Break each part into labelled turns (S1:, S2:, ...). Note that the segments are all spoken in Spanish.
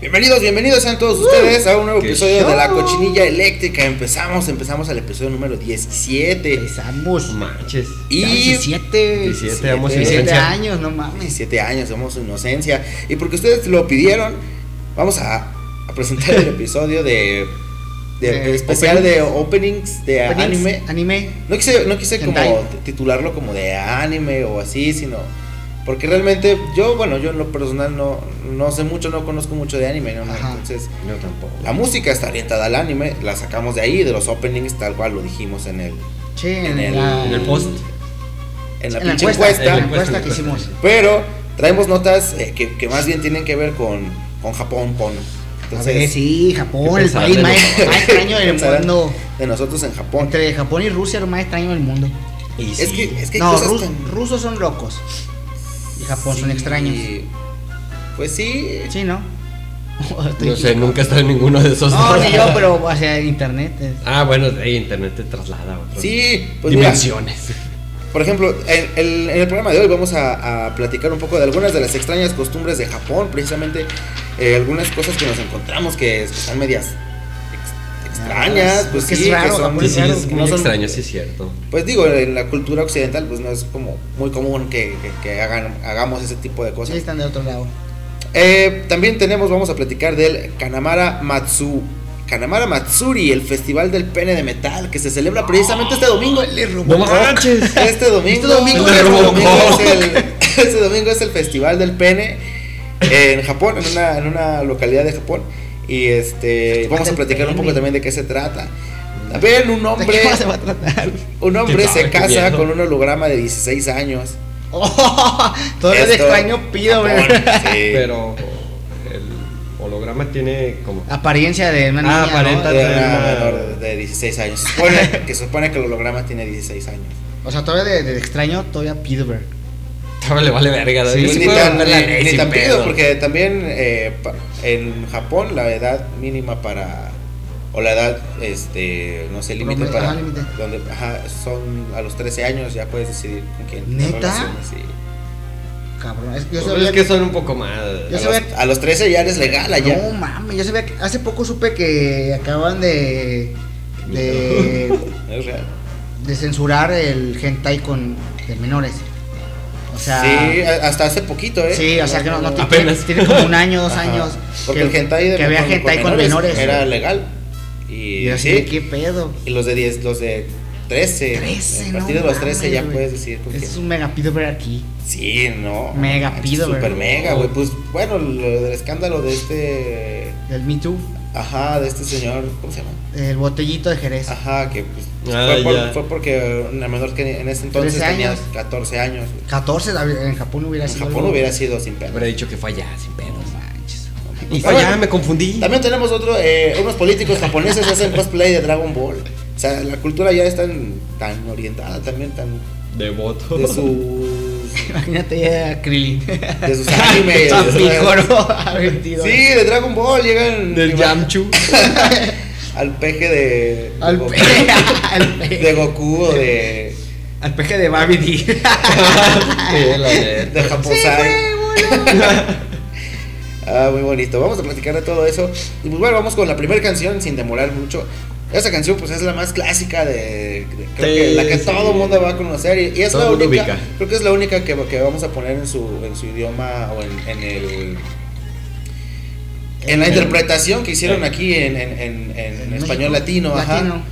S1: Bienvenidos, bienvenidos sean
S2: Uh,
S1: todos ustedes a un nuevo episodio de La Cochinilla Eléctrica. Empezamos, empezamos al episodio número 17.
S2: Empezamos.
S3: Manches.
S1: Y
S2: 17.
S3: 17, vamos sin
S2: 17
S3: licencia.
S2: años, no mames.
S1: 17 años, somos su inocencia. Y porque ustedes lo pidieron, vamos a, a presentar el episodio de, de
S2: De
S1: especial
S2: openings.
S1: de openings de anime.
S2: Anime.
S1: No quise, no quise como
S2: Hentai.
S1: t- titularlo como de anime o así, sino porque realmente yo, bueno, yo en lo personal no, no sé mucho, no conozco mucho de anime, ¿no?
S2: Ajá.
S1: entonces
S3: No tampoco.
S1: la música está orientada al anime, la sacamos de ahí, de los openings, tal cual lo dijimos en el
S2: Sí,
S1: En
S2: en,
S1: el-
S2: la,
S3: En el post.
S1: en la
S2: en la
S1: pinche
S2: encuesta,
S1: encuesta,
S2: en la encuesta que
S3: encuesta.
S2: hicimos.
S1: pero traemos notas eh, que, que más bien tienen que ver con, con Japón, con
S2: a ver,
S1: entonces
S2: sí, Japón,
S3: ¿qué
S2: el país
S3: pensarán
S2: más,
S3: de
S2: más extraño del
S1: pensarán
S2: mundo.
S1: de nosotros en Japón.
S2: Entre Japón y Rusia, lo más extraño del mundo.
S3: Y
S1: Es
S3: sí.
S1: que, es que hay
S2: No,
S1: cosas
S2: rus-
S1: tan-
S2: rusos son locos. Y Japón son
S1: Sí,
S2: extraños.
S1: Pues sí,
S2: Sí, ¿no? Estoy-
S3: No sé, nunca he estado en ninguno de esos
S2: No,
S3: dos.
S2: ni yo, pero o sea, internet. es-
S3: Ah, bueno, de ahí internet te traslada a otras
S1: Sí, pues mira,
S3: dimensiones.
S1: Por ejemplo, en el, en el programa de hoy vamos a, a platicar un poco de algunas de las extrañas costumbres de Japón, precisamente eh, algunas cosas que nos encontramos que están medias ex-
S2: Ah,
S1: extrañas,
S2: es
S1: pues
S2: que
S1: sí,
S2: es raro,
S1: que son,
S2: Japón
S3: Sí, sí,
S2: claro,
S3: es
S1: que
S3: muy
S1: no son-
S3: extraño, sí es cierto.
S1: Pues digo, en la cultura occidental pues no es como muy común que, que- que hagan, hagamos ese tipo de
S2: Sí,
S1: cosas.
S2: están de otro lado.
S1: Eh, también tenemos, vamos a platicar del Kanamara Matsu. Kanamara Matsuri, el festival del pene de metal que se celebra precisamente este domingo.
S3: ¡No manches!
S1: Este domingo,
S2: Este domingo
S1: este
S3: es
S1: domingo
S3: Robocop.
S1: es el, este domingo es el Festival del Pene en Japón, en una, en una localidad de Japón. Y este vamos a
S2: del
S1: platicar un
S2: pene.
S1: poco también de qué se trata. También un
S2: ¿De
S1: hombre,
S2: qué más se va a tratar?
S1: un hombre
S3: ¿Quién sabe?
S1: se
S3: Qué
S1: casa
S3: miedo.
S1: con un holograma de 16 años.
S2: Oh, todo es
S1: Esto-
S2: extraño pido, güey.
S1: Japón, sí.
S3: Pero el holograma tiene como.
S2: Apariencia de una niña.
S3: Ah, aparenta
S2: Eh, ¿no?
S1: De,
S3: de-
S1: una- de 16 años. Se supone que se supone que el holograma tiene 16 años.
S2: O sea, todavía de, de extraño, todavía Peter
S3: Ahora le vale verga. ¿no?
S2: Sí,
S3: Yo
S1: Pues
S3: sí
S1: ni
S3: puedo
S1: tan,
S3: andar la
S1: ni-
S3: ley
S1: ni
S3: sin
S1: tan
S3: pedo.
S1: pedo, porque también eh, pa- en Japón la edad mínima para o la edad este no sé límite
S2: Promedio,
S1: para
S2: ajá, límite.
S1: donde ajá, son a los 13 años ya puedes decidir con quién tener
S2: ¿Neta?
S1: relaciones, sí.
S2: Cabrón, es- yo
S3: Pues
S2: sabía
S3: es que son un poco más.
S2: Yo
S1: a,
S2: sabía
S1: los,
S2: que-
S1: a los 13 ya eres legal allá.
S2: No mames, yo sabía que hace poco supe que acaban de de,
S1: Es real.
S2: de censurar el hentai con de menores. O sea,
S1: sí, a- hasta hace poquito, eh.
S2: sí, o sea que no, no tiene-
S3: Apenas.
S2: tiene como un año, dos
S1: Ajá.
S2: años
S1: Porque
S2: que,
S1: el hentai de
S2: que había
S1: con-
S2: hentai con menores.
S1: era legal. Y,
S2: Y así,
S1: sí,
S2: de qué pedo.
S1: y los de 10, los de 13,
S2: 13,
S1: a
S2: no
S1: partir de los 13
S2: mames,
S1: ya
S2: güey.
S1: puedes decidir con quién.
S2: Es un mega Peter aquí.
S1: Sí, no.
S2: Mega
S1: manches,
S2: pido,
S1: Super
S2: ¿verdad?
S1: mega, güey. Pues bueno, lo del escándalo de este.
S2: Del Me Too,
S1: Ajá, de este señor. ¿Cómo se llama?
S2: el botellito de Jerez.
S1: Ajá, que pues.
S3: Ah,
S1: fue, por-
S3: ya.
S1: fue porque una menor que en ese entonces
S2: 13
S1: tenía
S2: años.
S1: 14 años. güey.
S2: 14 en Japón hubiera
S1: En
S2: sido.
S1: Japón
S2: algo-
S1: hubiera sido sin pena.
S3: Hubiera dicho que fue allá, sin pedo.
S2: No manches.
S3: Y
S1: Pero
S3: fue allá,
S1: bueno,
S3: me confundí.
S1: También tenemos otro. eh, unos políticos japoneses hacen cosplay de Dragon Ball. O sea, la cultura ya está en- tan orientada también, tan.
S3: De voto.
S1: de sus.
S2: Imagínate ya a Krillin.
S1: de sus animes.
S2: A
S1: de sus-
S2: Piccolo, a 22.
S1: Sí, de Dragon Ball llegan.
S3: Del Yamchu.
S1: Al peje de.
S2: Al
S1: de-
S2: peje. Al peje.
S1: de Goku o de,
S2: Al peje de Babidi.
S3: Sí, la
S1: de
S3: neta.
S1: Japosai. ah, muy bonito. Vamos a platicar de todo eso. Y pues bueno, vamos con la primera canción sin demorar mucho. Esa canción pues es la más clásica de, de- creo
S3: Sí,
S1: que la que
S3: sí.
S1: todo el mundo va a conocer y, y es
S3: Todo
S1: la
S3: el mundo
S1: única,
S3: ubica.
S1: creo que es la única que, que vamos a poner en su en su idioma o en, en el en la
S3: En- eh,
S1: interpretación que hicieron
S3: en-
S1: aquí en, en- en- en
S2: México.
S1: español latino, ajá.
S2: Latino.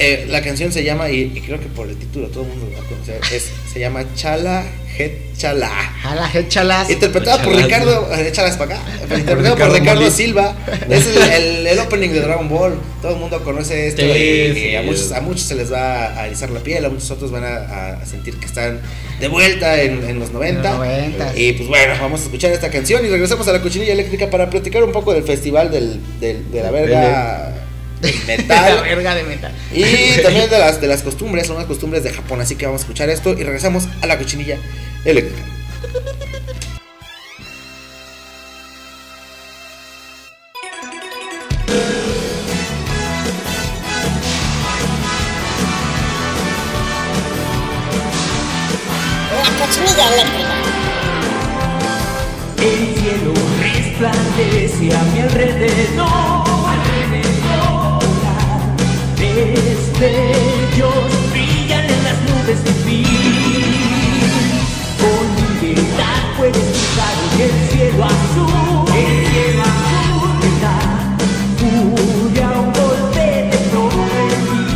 S1: Eh, la canción se llama, y, y creo que por el título todo el mundo lo va a conocer, es, se llama Chala Het Chala.
S2: Jala, échalas.
S1: Interpretada por
S3: Chala,
S1: Ricardo, eh, échalas para acá. Interpretada por
S3: Ricardo
S1: Ricardo
S3: Molina.
S1: Silva. Es el, el- el opening de Dragon Ball. Todo el mundo conoce esto.
S3: Sí,
S1: y,
S3: sí.
S1: y a, muchos, a muchos se les va a erizar la piel, a muchos otros van a, a sentir que están de vuelta en, en los 90.
S2: En los 90.
S1: Y pues bueno, vamos a escuchar esta canción y regresamos a la cochinilla eléctrica para platicar un poco del festival del, del- de la verga. del
S2: La
S1: Metal.
S2: verga de metal.
S1: Y también de las, de las costumbres, son las costumbres de Japón. Así que vamos a escuchar esto y regresamos a la cochinilla eléctrica.
S4: la cochinilla eléctrica.
S5: El cielo resplandece a mi alrededor. Alrededor. Destellos brillan en las nubes de ti. Con libertad puedes cruzar en el cielo azul. El cielo azul te da furia un golpe de ti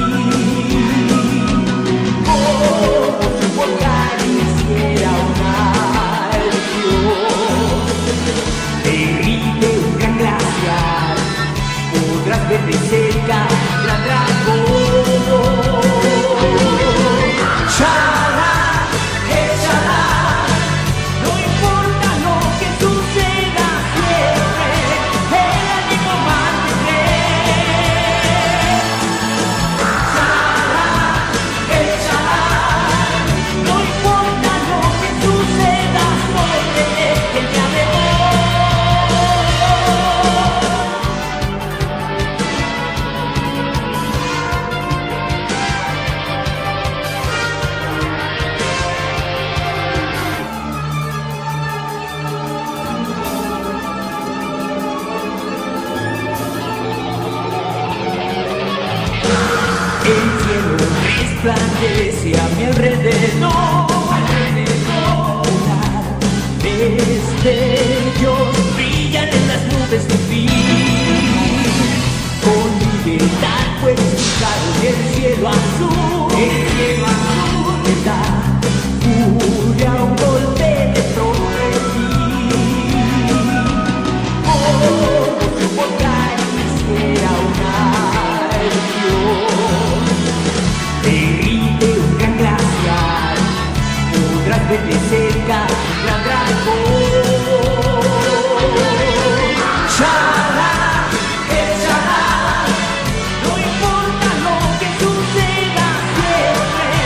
S5: Como si un volcán hiciera una erupción Derrite un gran glaciar Podrás ver de cerca la dragón Shala, échala No importa lo que suceda siempre El ánimo mantendré Shala, échala no importa lo que suceda, solo tener que ya me El cielo resplandece a mi alrededor. Alrededor. Destellos brillan en las nubes de ti. Con libertad puedes buscar el cielo azul. El cielo azul te da furia un golpe de ti Como si un volcán hiciera una erupción Derrite un gran glaciar Podrás ver de cerca la dragón Shala, échala No importa lo que suceda siempre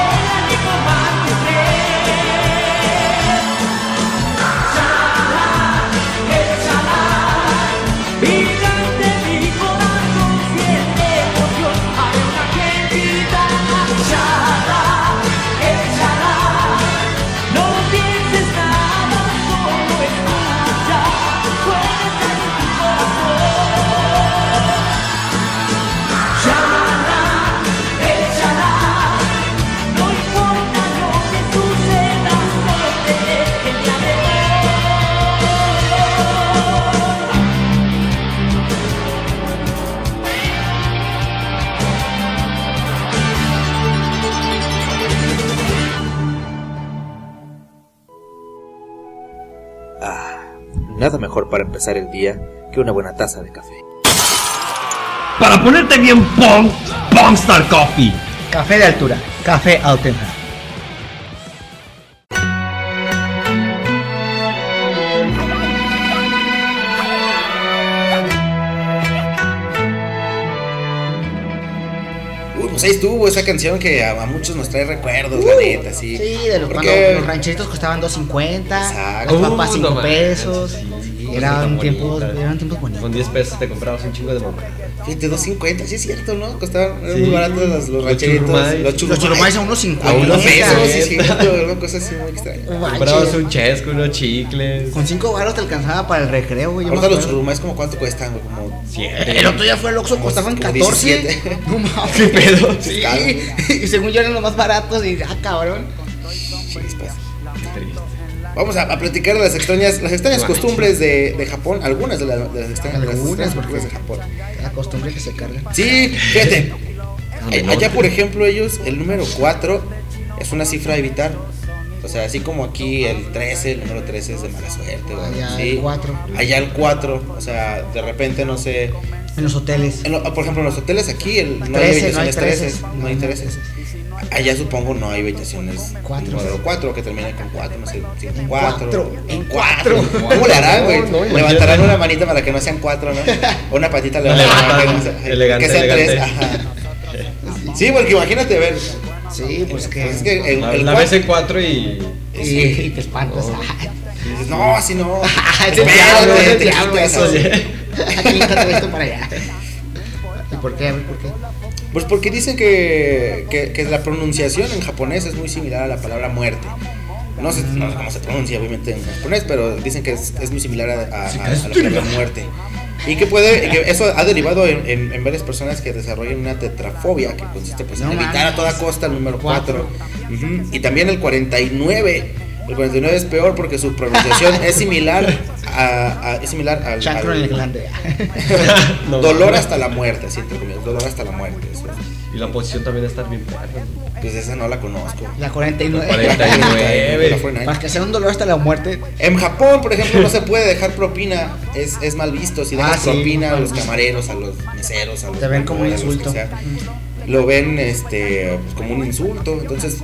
S5: El ánimo mantendré Shala, échala y cante mi corazón siente emoción Hay una que grita Échala, échala No pienses nada, solo escucha Suelta en tu corazón Échala, échala No importa lo que suceda Solo tener que ya me voy
S1: Ah, nada mejor para empezar el día que una buena taza de café.
S6: Para ponerte bien punk, Punkstar Coffee.
S2: Café de altura, café Altenham.
S1: Uy, pues ahí estuvo esa canción que a, a muchos nos trae recuerdos, la neta, sí.
S2: Sí, de los, cuando
S1: Porque-
S2: los rancheritos costaban 2.50,
S1: Exacto.
S2: los papas
S3: Uh,
S2: 5
S3: no
S2: pesos.
S3: manches, sí, sí,
S2: eran,
S3: tan
S2: tiempos,
S3: bonita.
S2: eran tiempos bonitos.
S3: Con 10 pesos te comprabas un chingo de mamá.
S1: Fíjate, 2.50, sí es cierto, ¿no? Costaban eran
S3: Sí.
S1: muy baratos los, los
S3: Los
S1: rancheritos.
S3: churrumais.
S1: Los
S2: Los churumais a
S1: A
S2: 1.50.
S1: unos pesos, sí es
S3: Sí.
S1: cierto, una cosa así muy extraña.
S2: No
S3: Comprabas
S2: manches.
S3: un chesco, unos chicles.
S2: Con 5 baros te alcanzaba para el recreo, güey. yo me
S1: Ahorita los
S2: acuerdo.
S1: churrumais, como cuánto cuestan, güey? Como
S3: Siete.
S2: El otro día fue al Oxxo,
S1: Como-
S2: costaban
S1: como
S2: 14.
S1: 17.
S2: No mames.
S3: ¿Qué pedo?
S2: Sí.
S1: Claro.
S2: Y según yo eran los más baratos. Y ah, cabrón.
S1: chispas.
S3: Qué triste.
S1: Vamos a, a platicar de las extrañas, las extrañas
S3: Guay.
S1: costumbres de, de Japón, algunas de, la- de las extrañas, de las
S2: Algunas,
S1: extrañas costumbres de
S2: porque-
S1: Japón.
S2: La costumbre que se carga.
S1: Sí, fíjate.
S2: Ah,
S3: de
S1: a-
S3: norte.
S1: Allá, por ejemplo, ellos, el número 4 es una cifra a evitar. O sea, así como aquí el 13, el número 13 es de mala suerte. o algo
S2: Allá
S1: así.
S2: el cuatro.
S1: Allá el 4. O sea, de repente, no sé.
S2: En los hoteles.
S1: en lo- por ejemplo, en los hoteles aquí el, no hay
S2: 13, no hay
S1: habitaciones 13.
S2: 13.
S1: No hay 13. Allá supongo no hay habitaciones.
S2: Cuatro.
S1: Número 4 que termina con 4, no sé. sí,
S2: En
S1: cuatro.
S2: cuatro,
S1: En
S2: en
S1: 4.
S2: cuatro.
S1: ¿Cómo le harán,
S3: No,
S1: güey?
S3: no, imagínate.
S1: Levantarán una manita para que no sean 4, ¿no? O una patita levantarán para que no sea-
S3: Elegante,
S1: que sean
S3: elegante.
S1: 3. Ajá. Sí, porque imagínate ver.
S2: Sí, pues que.
S1: Es que el,
S3: La,
S1: el
S3: la
S1: cuatro-
S3: ves en 4 y.
S2: Y, y te espantas.
S3: No.
S1: dices, No, así no.
S2: Es el diablo, es el
S1: te
S2: diablo
S1: quitas.
S2: eso. Quítate esto para allá. ¿Y por qué? A ver, ¿por qué?
S1: Pues porque dicen que, que, que la pronunciación en japonés es muy similar a la palabra muerte. No sé, no sé cómo se pronuncia, obviamente, en japonés, pero dicen que es, es muy similar a, a- a- a la palabra muerte. Y que puede, que eso ha derivado en, en- en varias personas que desarrollan una tetrafobia, que consiste pues,
S2: No
S1: en evitar
S2: mames.
S1: a toda costa el número
S2: Cuatro.
S1: 4. Y también el 49. El 49 es peor porque su pronunciación es similar a, a- es similar al,
S2: Chacro
S1: al-
S2: en el glande.
S3: No.
S1: dolor hasta la muerte, así entre comillas, dolor hasta la muerte. eso es.
S3: Y la posición también está bien perra.
S1: Pues esa no la conozco.
S2: La 49.
S3: 49.
S1: La 49.
S2: Para que sea un dolor hasta la muerte.
S1: En Japón, por ejemplo, no se puede dejar propina. Es, es mal visto. Si dejas
S2: Ah, sí,
S1: propina a
S2: mal
S1: los
S2: visto.
S1: camareros, a los meseros, a los.
S2: Te ven como un
S1: a los que
S2: insulto. Mm.
S1: sea, lo ven este, pues, como un insulto. Entonces,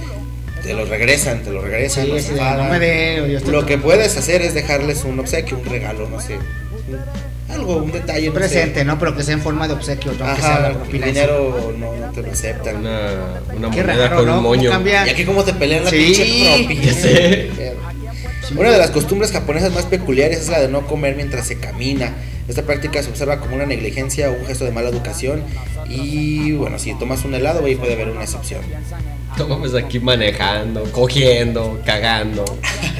S1: te lo regresan, te lo regresan.
S2: Sí,
S1: los
S2: sí, no
S1: enfadan.
S2: me dé, o yo estoy-
S1: Lo que puedes hacer es dejarles un obsequio, un regalo, no sé. un- Algo, un detalle. no sé.
S2: Presente, ¿no? Pero que sea en forma de obsequio, no que sea
S1: Ajá,
S2: la
S1: el
S2: propina.
S1: dinero no, no te lo aceptan.
S3: Una, una
S2: Qué
S3: moneda
S2: raro,
S3: con
S2: ¿no?
S3: un
S2: ¿Cómo
S3: moño.
S2: cambia?
S1: Y aquí cómo te pelean la
S2: Ah. Sí,
S1: pinche propina.
S3: ya sé.
S1: Pero- Una de las costumbres japonesas más peculiares es la de no comer mientras se camina. Esta práctica se observa como una negligencia o un gesto de mala educación. Y bueno, si tomas un helado, ahí puede haber una excepción.
S3: No mames, aquí manejando, cogiendo, cagando,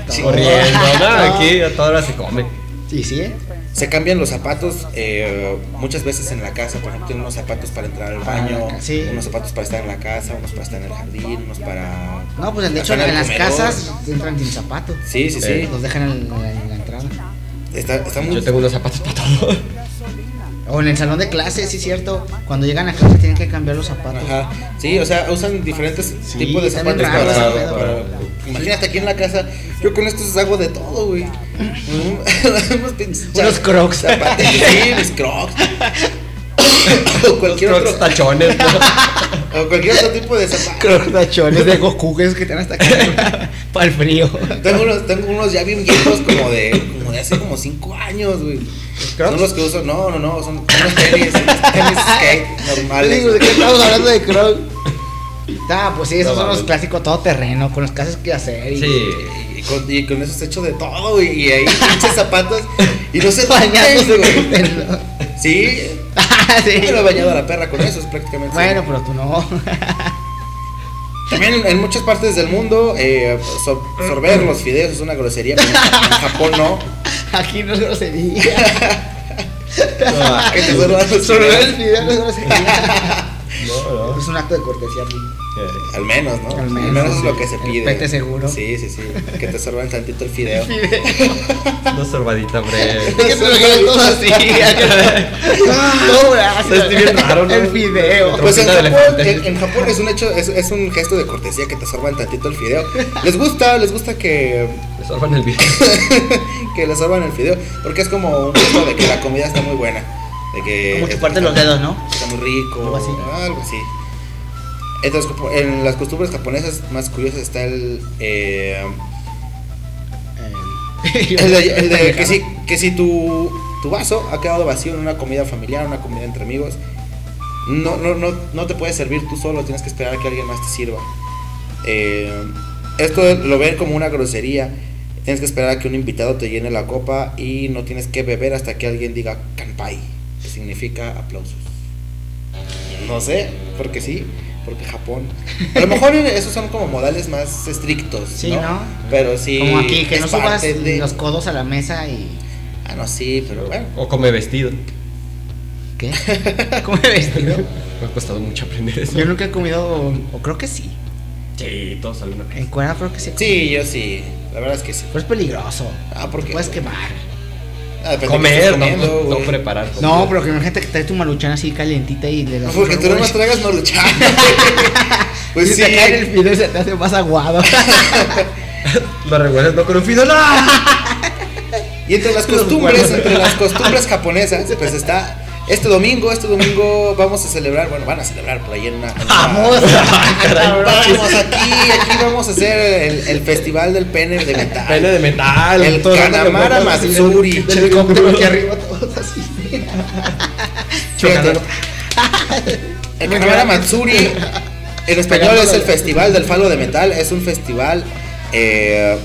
S1: Sí.
S3: corriendo. No,
S2: No.
S3: aquí a toda hora se come.
S2: Sí, sí, ¿eh?
S1: Se cambian los zapatos eh, muchas veces en la casa. Por ejemplo, unos zapatos para entrar al
S2: Para la
S1: baño,
S2: ca- sí.
S1: unos zapatos para estar en la casa, unos para estar en el jardín, unos para.
S2: No, pues de hecho
S1: estar
S2: en las
S1: el comedor.
S2: casas entran sin zapatos.
S1: Sí, sí, sí.
S3: Eh.
S2: Los dejan en la, en la entrada.
S1: Está, está muy.
S3: Yo tengo unos zapatos para todo.
S2: O en el salón de clases, sí, cierto. Cuando llegan a clase tienen que cambiar los zapatos.
S1: Ajá. Sí, o sea, usan diferentes
S2: Sí,
S1: tipos de
S2: está
S1: zapatos
S2: bien
S1: para,
S2: raro ese
S3: pedo,
S1: para-
S3: güey.
S1: Imagínate aquí en la casa, yo con estos hago de todo, güey. Unos pinches
S2: Unos
S1: zap-
S2: crocs.
S1: zapatos, sí, mis crocs. o, cualquier
S3: Crocs
S1: otro,
S3: tachones, ¿no?
S1: o cualquier otro tipo de zapatos.
S2: Crotachones de Goku, que es que te van hasta acá. Para el frío.
S1: Tengo unos, tengo unos ya bien viejos como de, como de hace como 5 años, güey.
S2: crocs?
S1: Son los que uso, no, no, no, son unos tenis, tenis skate normales.
S2: Digo, ¿de qué estamos hablando de Croc? Ah, pues sí, esos
S3: No
S2: son los
S3: mames.
S2: clásicos todoterreno, con los casos que hacer. Y...
S3: Sí.
S1: Y con, y con eso se hecho de todo, güey. Y ahí pinches zapatos. Y no se bañan,
S2: Bañándose
S1: güey.
S2: con el-
S1: Sí.
S2: Ah, sí.
S1: Yo lo he bañado a la perra con esos prácticamente.
S2: Bueno, pero tú no.
S1: También en, en muchas partes del mundo, eh, sor- sorber los fideos es una grosería. Pero en Japón no.
S2: Aquí no es grosería. Ah,
S1: Que te sorban los
S2: Solo el
S1: fideos.
S2: video no es grosería.
S3: No, no.
S2: Es un acto de cortesía. güey.
S3: Eh,
S1: Al menos, ¿no?
S2: Al
S1: Al
S2: menos,
S1: menos, es lo que se
S2: el
S1: pide.
S2: pete seguro.
S1: Sí, sí, sí. Que te sorban tantito el fideo.
S3: Una sorbadita breve.
S2: Es que te lo quedas todo así. Todo brazo.
S3: Estoy bien raro, ¿no?
S2: El video.
S1: Pues en
S3: Trompita de
S1: Japón, en,
S3: elefante.
S1: en Japón es un hecho, es, es un gesto de cortesía que te sorban tantito el fideo. Les gusta, les gusta que
S3: Me sorban el video.
S1: que le sorban el fideo, porque es como un gesto de que la comida está muy buena, de que
S2: Como chuparte
S1: está-
S2: los dedos, ¿no?
S1: está muy rico,
S2: Algo
S1: algo
S2: así.
S1: así. Entonces, como en las costumbres japonesas más curiosas está el eh, el de, el de que si que si tu tu vaso ha quedado vacío en una comida familiar, una comida entre amigos, no no no no te puedes servir tú solo, tienes que esperar a que alguien más te sirva. Eh, esto lo ven como una grosería. Tienes que esperar a que un invitado te llene la copa y no tienes que beber hasta que alguien diga kanpai, que significa aplausos. No sé, porque sí, porque Japón. A lo mejor en- esos son como modales más estrictos.
S2: Sí,
S1: ¿no?
S2: ¿no?
S1: Pero sí.
S2: Como aquí, que
S1: es
S2: no subas
S1: parte de-
S2: los codos a la mesa y.
S1: Ah, no, sí, pero bueno.
S3: O come vestido.
S2: ¿Qué? ¿Cómo he vestido?
S3: Me ha costado mucho aprender eso.
S2: Yo nunca he comido, o creo que sí.
S3: Sí, todos alguna vez.
S2: En cuerda creo que sí. he
S1: Sí, yo sí. La verdad es que sí.
S2: Pero es peligroso.
S1: Ah,
S2: Te
S1: porque. ah,
S2: puedes quemar.
S3: Comer, no, no preparar. comida.
S2: No, pero que imagínate que traes tu maruchan así calientita y le das.
S1: Porque
S2: un
S1: tú no
S2: sabor.
S1: más tragas maruchan. pues
S2: Y
S1: sí.
S2: te cae en el video y se te hace más aguado.
S3: Lo revuelves no con un fido, no.
S1: Y entre las
S2: Los
S1: costumbres,
S2: guardas.
S1: entre las costumbres japonesas, pues está este domingo, este domingo vamos a celebrar, bueno, van a celebrar por ahí en una... en una-
S2: Vamos. Cabrón.
S1: Vamos aquí, aquí vamos a hacer el, el festival del pene de metal.
S3: Pene de metal.
S1: El
S3: todo
S1: Kanamara
S3: dando vueltas,
S1: Matsuri.
S3: así,
S2: Del helicóptero aquí arriba todos así.
S3: Chocando.
S1: El Kanamara Matsuri, en español es el Festival del Falo de Metal, es un festival eh,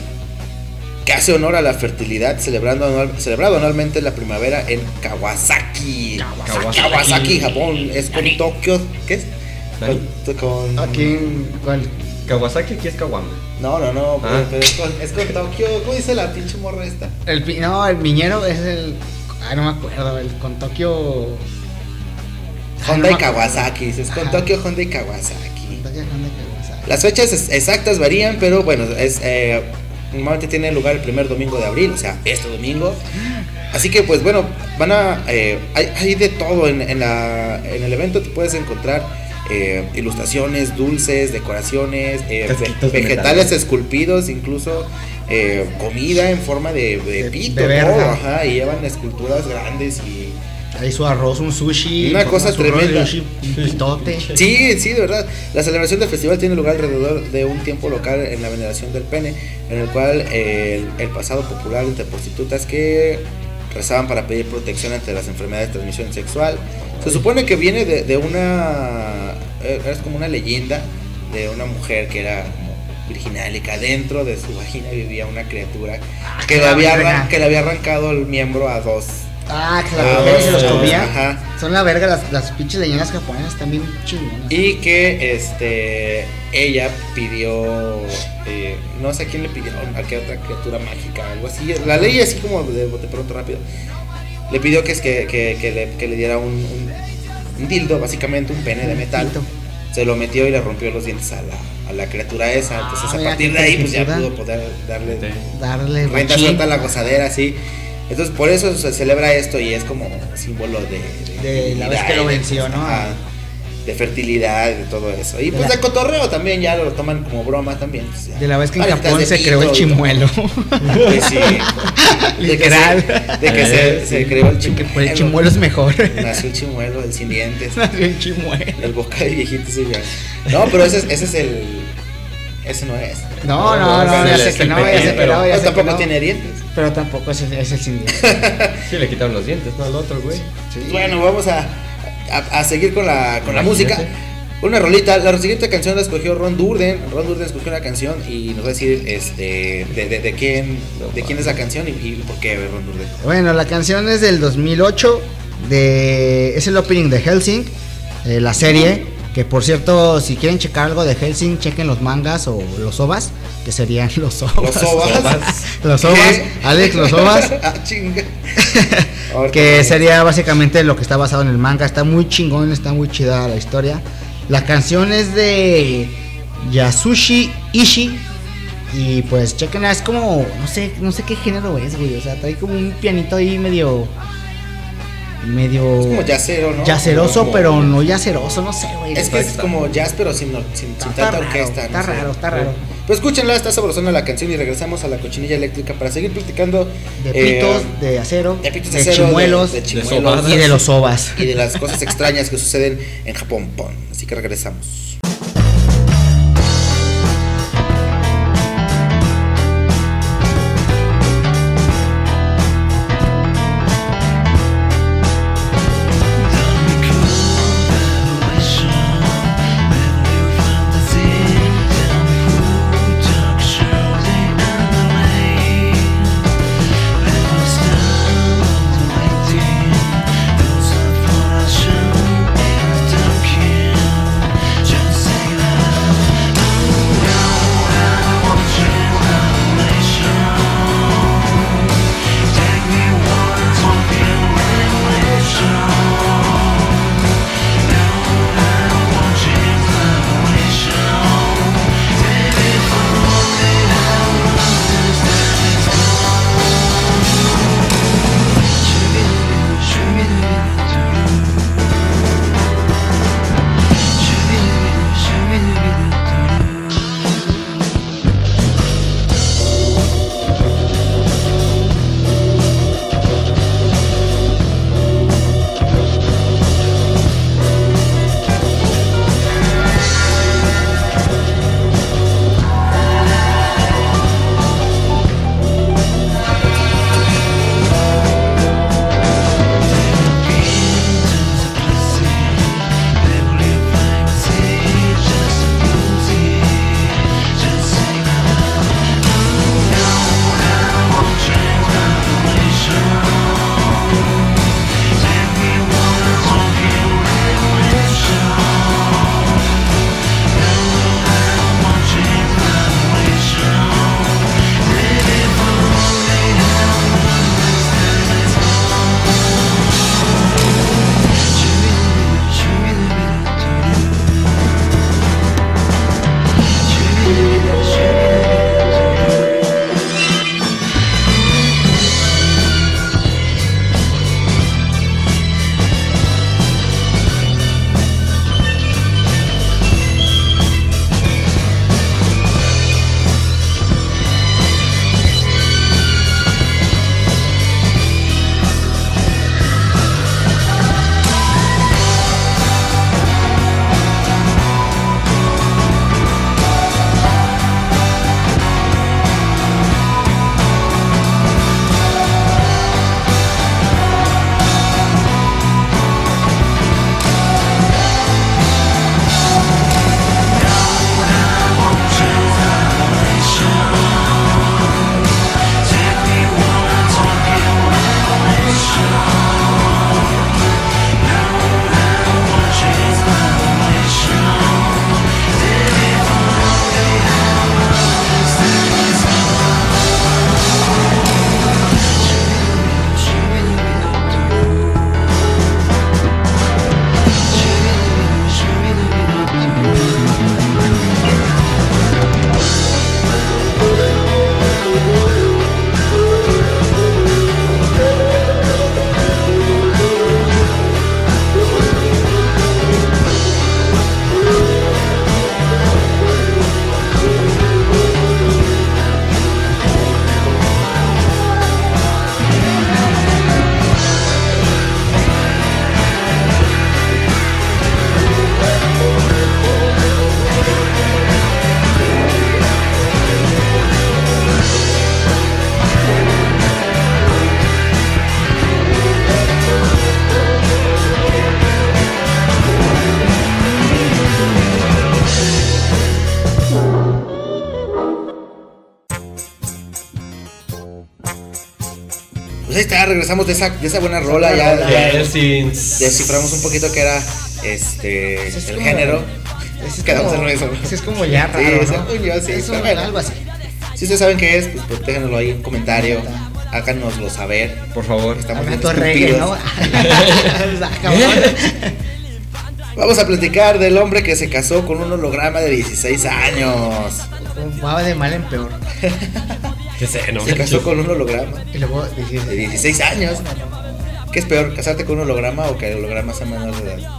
S1: que hace honor a la fertilidad, celebrando anual- celebrado anualmente en la primavera en Kawasaki.
S3: Kawasaki.
S1: Kawasaki, Japón, es con Tokio, ¿qué es?
S3: Nani.
S1: Con, con-
S2: Aquí en. ¿Cuál?
S3: Kawasaki aquí es Kawama.
S1: No, no, no,
S3: Ah.
S1: pero es con, es con Tokio. ¿Cómo dice la pinche morra esta?
S2: El, pi- no, el miñero es el. Ah, no me acuerdo, el con Tokio. Ah, no
S1: Honda y
S2: me-
S1: Kawasaki. Es con
S2: Ajá.
S1: Tokio, Honda y Kawasaki.
S2: Con Tokio, Honda y Kawasaki.
S1: Las fechas es- exactas varían, pero bueno, es eh, normalmente tiene lugar el primer domingo de abril, o sea, este domingo. Así que pues bueno, van a eh, hay, hay de todo en, en la- en el evento. Te puedes encontrar eh, ilustraciones, dulces, decoraciones, eh,
S6: Casquitos
S1: ve-
S6: de
S1: vegetales
S6: metal.
S1: esculpidos, incluso eh, comida en forma de, de
S2: De-
S1: pito,
S2: de
S1: todo,
S2: verga.
S1: ajá, y llevan esculturas grandes y
S2: Ahí su arroz, un sushi.
S1: Una
S2: con
S1: cosa
S2: su rollo de
S1: tremenda.
S2: sushi, un pitote.
S1: Sí, sí, de verdad. La celebración del festival tiene lugar alrededor de un tiempo local en la veneración del pene, en el cual eh, el, el pasado popular entre prostitutas que rezaban para pedir protección ante las enfermedades de transmisión sexual. Se supone que viene de, de una... eh, es como una leyenda de una mujer que era como virginal y que adentro de su vagina vivía una criatura que le
S2: la
S1: había,
S2: verga.
S1: arran- que le había arrancado el miembro a dos.
S2: Ah, que la
S1: Ah,
S2: verga se los
S1: sí,
S2: comía.
S1: ajá.
S2: Son la verga, las, las pinches leñanas japonesas también chingonas.
S1: Y que este ella pidió eh, no sé a quién le pidió, a qué otra criatura mágica, algo así. La ley así como de, de pronto rápido. Le pidió que es que, que- que le, que le diera un, un- un dildo, básicamente un pene de metal.
S2: Pito.
S1: Se lo metió y le rompió los dientes a la, a la criatura esa. Entonces
S2: Ah,
S1: a
S2: mira,
S1: partir
S2: qué
S1: de ahí pues ya
S2: travesura.
S1: pudo poder darle
S2: Darle
S1: renta
S2: machín.
S1: suelta a la gozadera, sí. Entonces por eso se celebra esto y es como símbolo de...
S2: De la vez
S1: fertilidad,
S2: que lo
S1: de-
S2: venció, ¿no?
S1: ajá, de fertilidad, de todo eso. Y
S2: De
S1: pues
S2: la-
S1: de cotorreo también, ya lo toman como broma también. pues, ya.
S2: De la vez que en
S1: Palitas
S2: Japón
S1: de
S2: se
S1: pito
S2: creó el
S1: y todo.
S2: chimuelo.
S1: Pues sí. De que
S2: Literal.
S1: se- De que se,
S3: Eh,
S1: se creó el
S2: De que,
S1: chimuelo.
S2: pues, el chimuelo es mejor.
S1: Nació el chimuelo, el sin dientes.
S2: Nació el chimuelo.
S1: El boca de viejito sí, ya. No, pero ese, es- ese es el. Ese no es.
S2: No, no, no,
S3: no,
S2: ya
S3: sí,
S2: sé
S3: sí,
S2: que no,
S3: sí,
S2: ya sé que
S3: pero-
S2: no, ya
S1: Pues
S2: sé que
S1: tampoco
S2: no.
S1: tiene dientes.
S2: Pero tampoco es, el- es el sin
S3: Sí, le quitaron los dientes, ¿no? Al otro, güey.
S1: Bueno, vamos a, a- a seguir con la, con la música.
S3: Imagínate.
S1: Una rolita. La siguiente canción la escogió Ron Durden. Ron Durden escogió una canción y nos va a decir este, de, de- de quién, de quién es la canción y, y por qué Ron Durden.
S2: Bueno, la canción es del 2008, de, es el opening de Helsing, eh, la serie, que por cierto, si quieren checar algo de Helsing, chequen los mangas o los ovas, que serían los ovas.
S1: Los ovas.
S2: Los ovas,
S1: ¿Qué?
S2: Alex, los ovas.
S1: ah, chinga. Ahorita
S2: Que
S1: vamos.
S2: sería básicamente lo que está basado en el manga. Está muy chingón, está muy chida la historia. La canción es de Yasushi Ishi. Y pues chequen, es como, no sé, no sé qué género es, güey. O sea, trae como un pianito ahí medio. medio.
S1: Es como yacero, ¿no?
S2: yaceroso,
S1: Como-
S2: pero no yaceroso, no sé, güey.
S1: Es que es como jazz, pero sin, sin, sin
S2: Está
S1: tanta
S2: raro,
S1: orquesta.
S2: está
S1: no sé.
S2: raro, está raro.
S1: Pero escúchenla, está sabrosona la canción y regresamos a la cochinilla eléctrica para seguir platicando
S2: De
S1: eh,
S2: pitos, de acero,
S1: de
S2: de,
S1: pitos de acero,
S2: chimuelos
S1: de- de
S3: chimuelos.
S1: sobadas.
S2: y de los ovas.
S1: y de las cosas extrañas que suceden en Japón. Pon. Así que regresamos.
S4: Just
S1: Pues ahí está, regresamos de esa, de esa buena rola. Ya, ya desciframos un poquito que era este
S2: Pues es
S1: el
S2: como-
S1: género.
S2: Ese es
S1: Quedamos
S2: como-
S1: en eso.
S2: ese es como ya
S1: Sí,
S2: raro, ¿no?
S1: según yo, sí,
S2: Es
S1: pero
S2: un-
S1: bueno.
S2: algo así.
S1: Si ustedes saben qué es, pues, pues déjenoslo ahí en un comentario. Háganoslo saber.
S3: Por favor.
S1: Estamos
S2: Al
S1: bien
S2: rato reggae, ¿no?
S1: estúpidos.
S2: Ah, cabrón.
S1: Vamos a platicar del hombre que se casó con un holograma de 16 años.
S2: Va de mal en peor.
S3: Qué seno.
S1: Se casó con un holograma
S2: Y luego dices,
S1: de 16 años. ¿Qué es peor, casarte con un holograma o que el holograma sea menor de edad?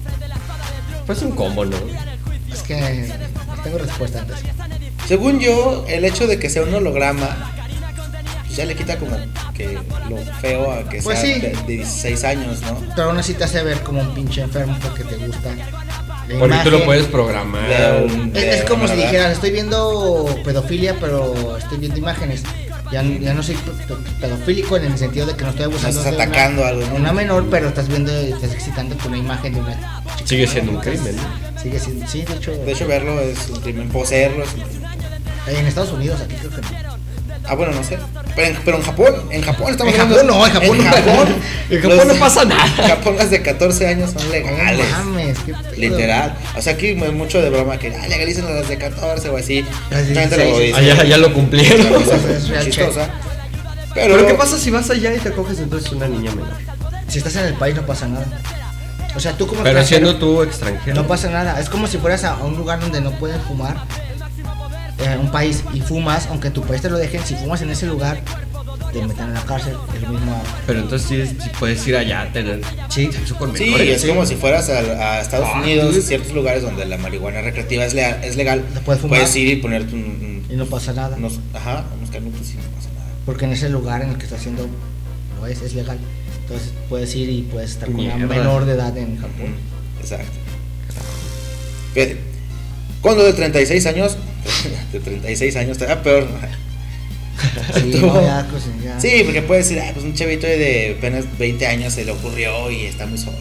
S3: Pues un combo, ¿no?
S2: Es que no tengo respuesta antes.
S1: Según yo, el hecho de que sea un holograma pues ya le quita como que lo feo a que
S2: Pues
S1: sea
S2: sí.
S1: de, de 16 años, ¿no?
S2: Pero aún así te hace ver como un pinche enfermo porque te gusta. la
S3: Porque tú lo
S2: imagen.
S3: puedes programar.
S1: Claro.
S2: Es, es como si
S1: ¿verdad?
S2: dijeras, estoy viendo pedofilia, pero estoy viendo imágenes. Ya, ya no soy pe- pe- pedofílico en el sentido de que no estoy abusando
S1: estás
S2: de una-
S1: atacando algo, ¿no?
S2: una menor, pero estás viendo, estás excitando con una imagen de una chica.
S3: Sigue siendo un crimen.
S2: Sigue siendo, sí, de hecho, eh,
S1: De hecho, verlo es un crimen, poseerlo es un crimen.
S2: en Estados Unidos aquí creo que no.
S1: Ah, bueno, no sé. Pero en, pero en Japón, en Japón estamos
S2: En
S1: hablando-
S2: Japón no, en Japón no.
S1: Japón,
S3: En Japón no pasa nada.
S1: En Japón las de 14 años son legales.
S2: No mames, qué pedo.
S1: Literal. O sea, aquí me- mucho de broma que ah, legalicen las de 14 o así.
S2: Las de
S1: La gente lo
S2: 16.
S1: dice.
S3: Allá Ah, ya lo
S1: Es una
S3: cumplieron.
S1: cosa
S2: Es real,
S1: chistosa. Pero,
S3: Pero ¿qué pasa si vas allá y te coges entonces una niña menor?
S2: Si estás en el país no pasa nada. O sea, tú como
S3: Pero
S2: extranjero-
S3: siendo tú extranjero.
S2: No pasa nada, es como si fueras a un lugar donde no pueden fumar, eh, un país, y fumas, aunque en tu país te lo dejen, si fumas en ese lugar, te meten en la cárcel, es lo mismo.
S3: Pero entonces sí, es- sí puedes ir allá a tener
S2: Sí.
S3: sexo con
S1: Sí,
S3: menores.
S1: es como si fueras a, a Estados
S3: Ah,
S1: Unidos,
S3: sí.
S1: ciertos lugares donde la marihuana recreativa es legal. Es legal.
S2: No puedes fumar.
S1: ir y ponerte un,
S2: Y no pasa nada,
S1: un- unos, ajá, unos canutos y no pasa nada.
S2: porque en ese lugar en el que estás haciendo, lo es, es legal. Entonces puedes ir y puedes estar con una
S3: Mierda.
S2: menor de edad en Japón.
S1: Exacto. Fíjate, Cuando de 36 años, de 36 años te da peor.
S2: Sí,
S1: Tú.
S2: no, ya, pues, ya.
S1: Sí, porque puedes decir, ah, pues un chavito de apenas 20 años se le ocurrió y está muy solo.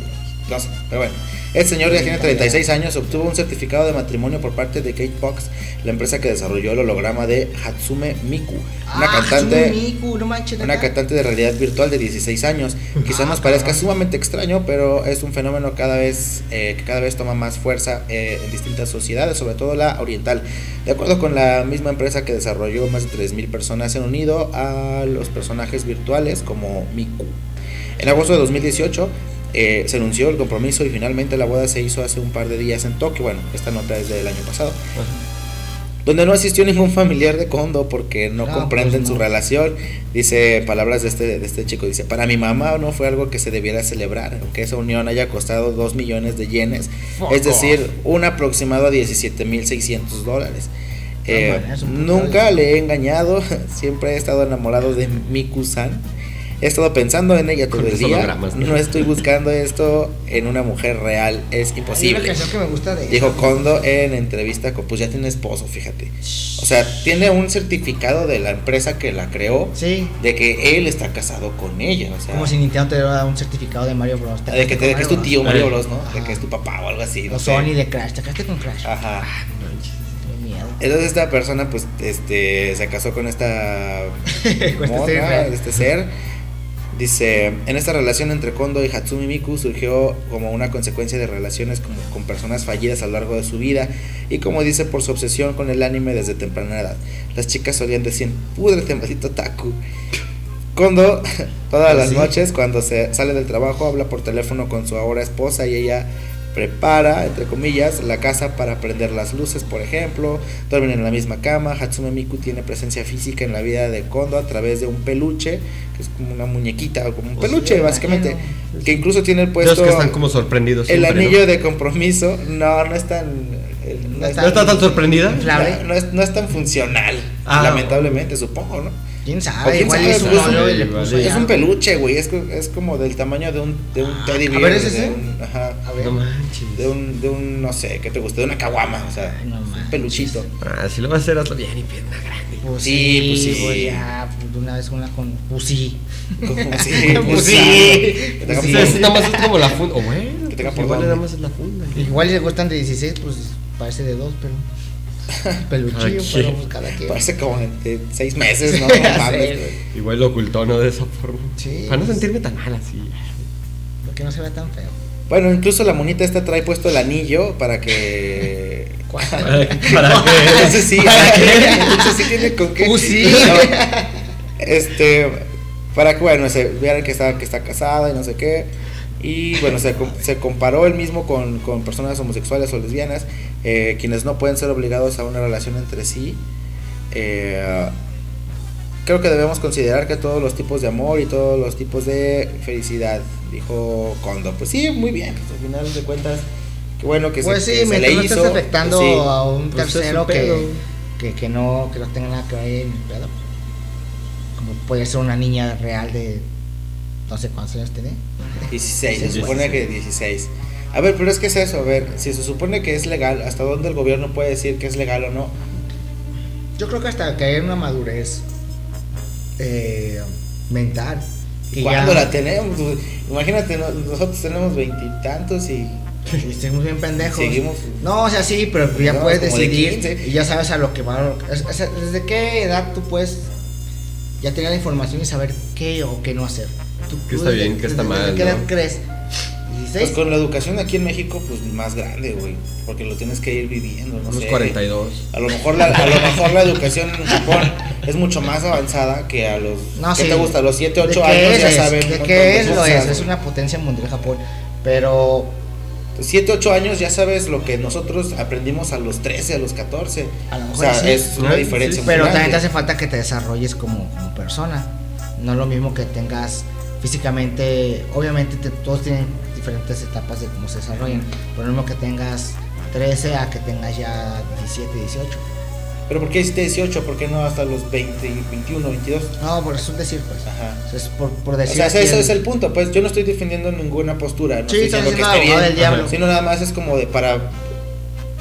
S1: No sé, pero bueno. El señor ya tiene 36 años, obtuvo un certificado de matrimonio por parte de Kate Fox, la empresa que desarrolló el holograma de Hatsume Miku, una
S2: Ah,
S1: cantante
S2: Hatsune Miku, no manches,
S1: una
S2: acá.
S1: cantante de realidad virtual de 16 años. Quizá nos parezca sumamente extraño, pero es un fenómeno cada vez eh, que cada vez toma más fuerza eh, en distintas sociedades, sobre todo la oriental. De acuerdo con la misma empresa que desarrolló, más de 3.000 personas se han unido a los personajes virtuales como Miku. En agosto de 2018 eh, se anunció el compromiso y finalmente la boda se hizo hace un par de días en Tokio. Bueno, esta nota es del año pasado. Donde no asistió ningún familiar de Kondo porque no,
S2: No,
S1: comprenden
S2: pues
S1: su
S2: no.
S1: relación. Dice palabras de este, de este chico. Dice, para mi mamá no fue algo que se debiera celebrar, aunque esa unión haya costado 2 millones de yenes.
S3: Fuck
S1: es decir, un aproximado a 17.600 dólares.
S2: No,
S1: Eh,
S2: man, es un putero
S1: nunca
S2: de-
S1: le he engañado, siempre he estado enamorado de Miku-san. He estado pensando en ella todo
S3: Con
S1: el
S3: los
S1: día.
S3: hologramas, ¿no?
S1: No estoy buscando esto en una mujer real, es
S2: Hay una
S1: imposible.
S2: canción que me gusta de
S1: Dijo Kondo en entrevista con, pues ya tiene esposo, fíjate. O sea, tiene un certificado de la empresa que la creó
S2: Sí,
S1: de que él está casado con ella. O sea,
S2: como si Nintendo te diera un certificado de Mario Bros.
S1: Ah, de que, te- de que es tu tío Mario Bros, ¿no?
S2: Ajá.
S1: De que es tu papá o algo así. no
S2: O
S1: sé.
S2: Sony de Crash, te casaste con Crash.
S1: Ajá.
S2: Qué miedo.
S1: Entonces esta persona pues este se casó con esta
S2: Con este
S1: mona,
S2: ser, ¿no?
S1: este ser. Dice, en esta relación entre Kondo y Hatsumi Miku surgió como una consecuencia de relaciones como con personas fallidas a lo largo de su vida y como dice por su obsesión con el anime desde temprana edad. Las chicas solían decir, púdrete maldito Taku. Kondo
S3: Ah,
S1: todas las
S2: Sí.
S1: noches cuando se sale del trabajo habla por teléfono con su ahora esposa y ella prepara, entre comillas, la casa para prender las luces, por ejemplo, duermen en la misma cama, Hatsume Miku tiene presencia física en la vida de Kondo a través de un peluche, que es como una muñequita o como un
S2: Pues sí,
S1: peluche
S2: me
S1: básicamente,
S2: imagino.
S1: que incluso tiene
S3: Los
S1: puesto
S3: que están como sorprendidos.
S1: Pues el
S3: siempre, ¿no?
S1: anillo de compromiso, no, no es tan... eh,
S2: No
S1: es
S2: está
S3: ¿No está tan sorprendida?
S2: Inflable.
S1: no es- no es tan funcional,
S3: Ah.
S1: lamentablemente, supongo, ¿no?
S2: Ah, ¿Quién
S1: ¿O
S2: sabe?
S1: quién
S2: Igual
S1: sabe?
S2: es un
S1: Pues,
S2: novio y le
S3: vale.
S2: puso
S3: Es
S2: ya.
S1: Es un peluche, güey. Es, co- es como del tamaño de un, de un teddy
S2: Ah, a
S1: bear.
S2: ver, ¿es
S1: de
S2: ese?
S1: un- ajá,
S2: A
S3: No
S2: ver.
S3: manches.
S1: de un, de un, no sé, ¿qué te gusta? De una caguama, o sea,
S2: Ay, no
S1: un
S2: manches.
S1: peluchito.
S3: Ah, si lo vas a hacer, hazlo bien y pierna grande.
S2: Pues
S1: Sí,
S2: sí,
S1: pues sí.
S2: pues ya, pues de una vez una con. Pues sí.
S1: Como sí,
S2: Pues
S1: un
S2: sí.
S1: sano, Que tenga
S2: Sí.
S3: O sea, es-
S1: pulmón.
S3: nada más es como la funda. O bueno,
S1: Que tenga
S3: pues
S1: por
S3: igual
S1: dónde.
S3: nada más es la funda.
S2: Igual si le gustan de 16, pues parece de 2, pero. Peluchillo,
S3: Aquí.
S2: pero pues, cada quien.
S1: Parece como de seis meses, ¿no?
S2: Ya
S1: No
S2: sé,
S1: mames.
S2: güey.
S3: Igual lo ocultó, ¿no? De esa forma.
S2: Sí.
S3: Para no
S1: pues.
S3: sentirme tan mal así.
S2: Porque no se ve tan feo.
S1: Bueno, incluso la monita esta trae puesto el anillo para que.
S2: ¿Cuál?
S3: Para que- para que-
S1: Entonces sí,
S2: ¿Para
S1: para
S2: qué?
S1: que- entonces sí tiene con qué.
S2: Uh, sí.
S1: No, este, para que, bueno, se vieran que está, que está casada y no sé qué. Y bueno, se, com- se comparó él mismo con, con personas homosexuales o lesbianas, eh, quienes no pueden ser obligados a una relación entre sí. Eh, creo que debemos considerar que todos los tipos de amor y todos los tipos de felicidad, dijo Kondo. Pues sí, muy bien, pues, al final de cuentas, qué bueno que
S2: Pues
S1: se,
S2: sí,
S1: que se
S2: mientras
S1: le
S2: no
S1: hizo.
S2: estés afectando
S1: pues, sí.
S2: a un
S3: Pues es su
S2: tercero que,
S3: pedo.
S2: que, que no, que no tenga nada que ver en el pedo. Como puede ser una niña real de no sé cuántos años tiene.
S1: 16, se
S3: Sí,
S1: supone
S3: 16.
S1: que 16. A ver, pero es que es eso, a ver, si se supone que es legal, ¿hasta dónde el gobierno puede decir que es legal o no?
S2: Yo creo que hasta que hay una madurez eh, mental. que ya-
S1: ¿Cuándo la tenemos? Pues, Imagínate, no- nosotros tenemos veintitantes y,
S2: Y seguimos bien pendejos.
S1: Seguimos.
S2: No, o sea, sí, pero ya
S1: No,
S2: puedes
S1: como de
S2: decidir
S1: 15.
S2: y ya sabes a lo que va. es- es- ¿Desde qué edad tú puedes ya tener la información y saber qué o qué no hacer? Tú-
S3: ¿Qué
S2: tú
S3: está
S2: desde-
S3: bien, qué está
S2: desde- desde
S3: mal,
S2: ¿Qué edad
S3: no?
S2: crees?
S1: pues
S2: 16.
S1: con la educación aquí en México, pues más grande, güey, porque lo tienes que ir viviendo, no
S3: Unos
S1: sé.
S3: 42.
S1: A lo mejor la, a lo mejor la educación en Japón es mucho más avanzada que a los
S2: No,
S1: ¿qué
S2: sí.
S1: te gusta? A los 7, 8
S2: ¿De qué
S1: años ya
S2: es?
S1: saben un
S2: ¿De
S1: montón
S2: qué
S1: de
S2: es? Lo
S1: cosas,
S2: es.
S1: güey.
S2: Es una potencia mundial Japón. Pero
S1: 7, 8 años ya sabes lo que nosotros aprendimos a los 13, a los 14.
S2: A lo
S1: o
S2: mejor
S1: sea,
S2: sí.
S1: es una
S3: Sí,
S1: diferencia. muy
S2: Pero también
S1: grande.
S2: te hace falta que te desarrolles como, como persona. No es lo mismo que tengas físicamente. Obviamente, te- todos tienen diferentes etapas de cómo se desarrollan. Pero no es lo mismo que tengas 13 a que tengas ya 17, 18.
S1: Pero ¿por qué hiciste 18? ¿Por qué no hasta los 20, 21, 22?
S2: No, por eso es decir, pues.
S1: Ajá.
S2: O sea, Es por, por
S1: O
S2: decir.
S1: sea,
S2: así
S1: eso
S2: el-
S1: es el punto. Pues yo no estoy defendiendo ninguna postura. No
S2: Sí,
S1: estoy
S2: estás
S1: diciendo que
S2: haciendo
S1: esté bien.
S2: abogado del diablo.
S1: Ajá. Sino nada más es como de para.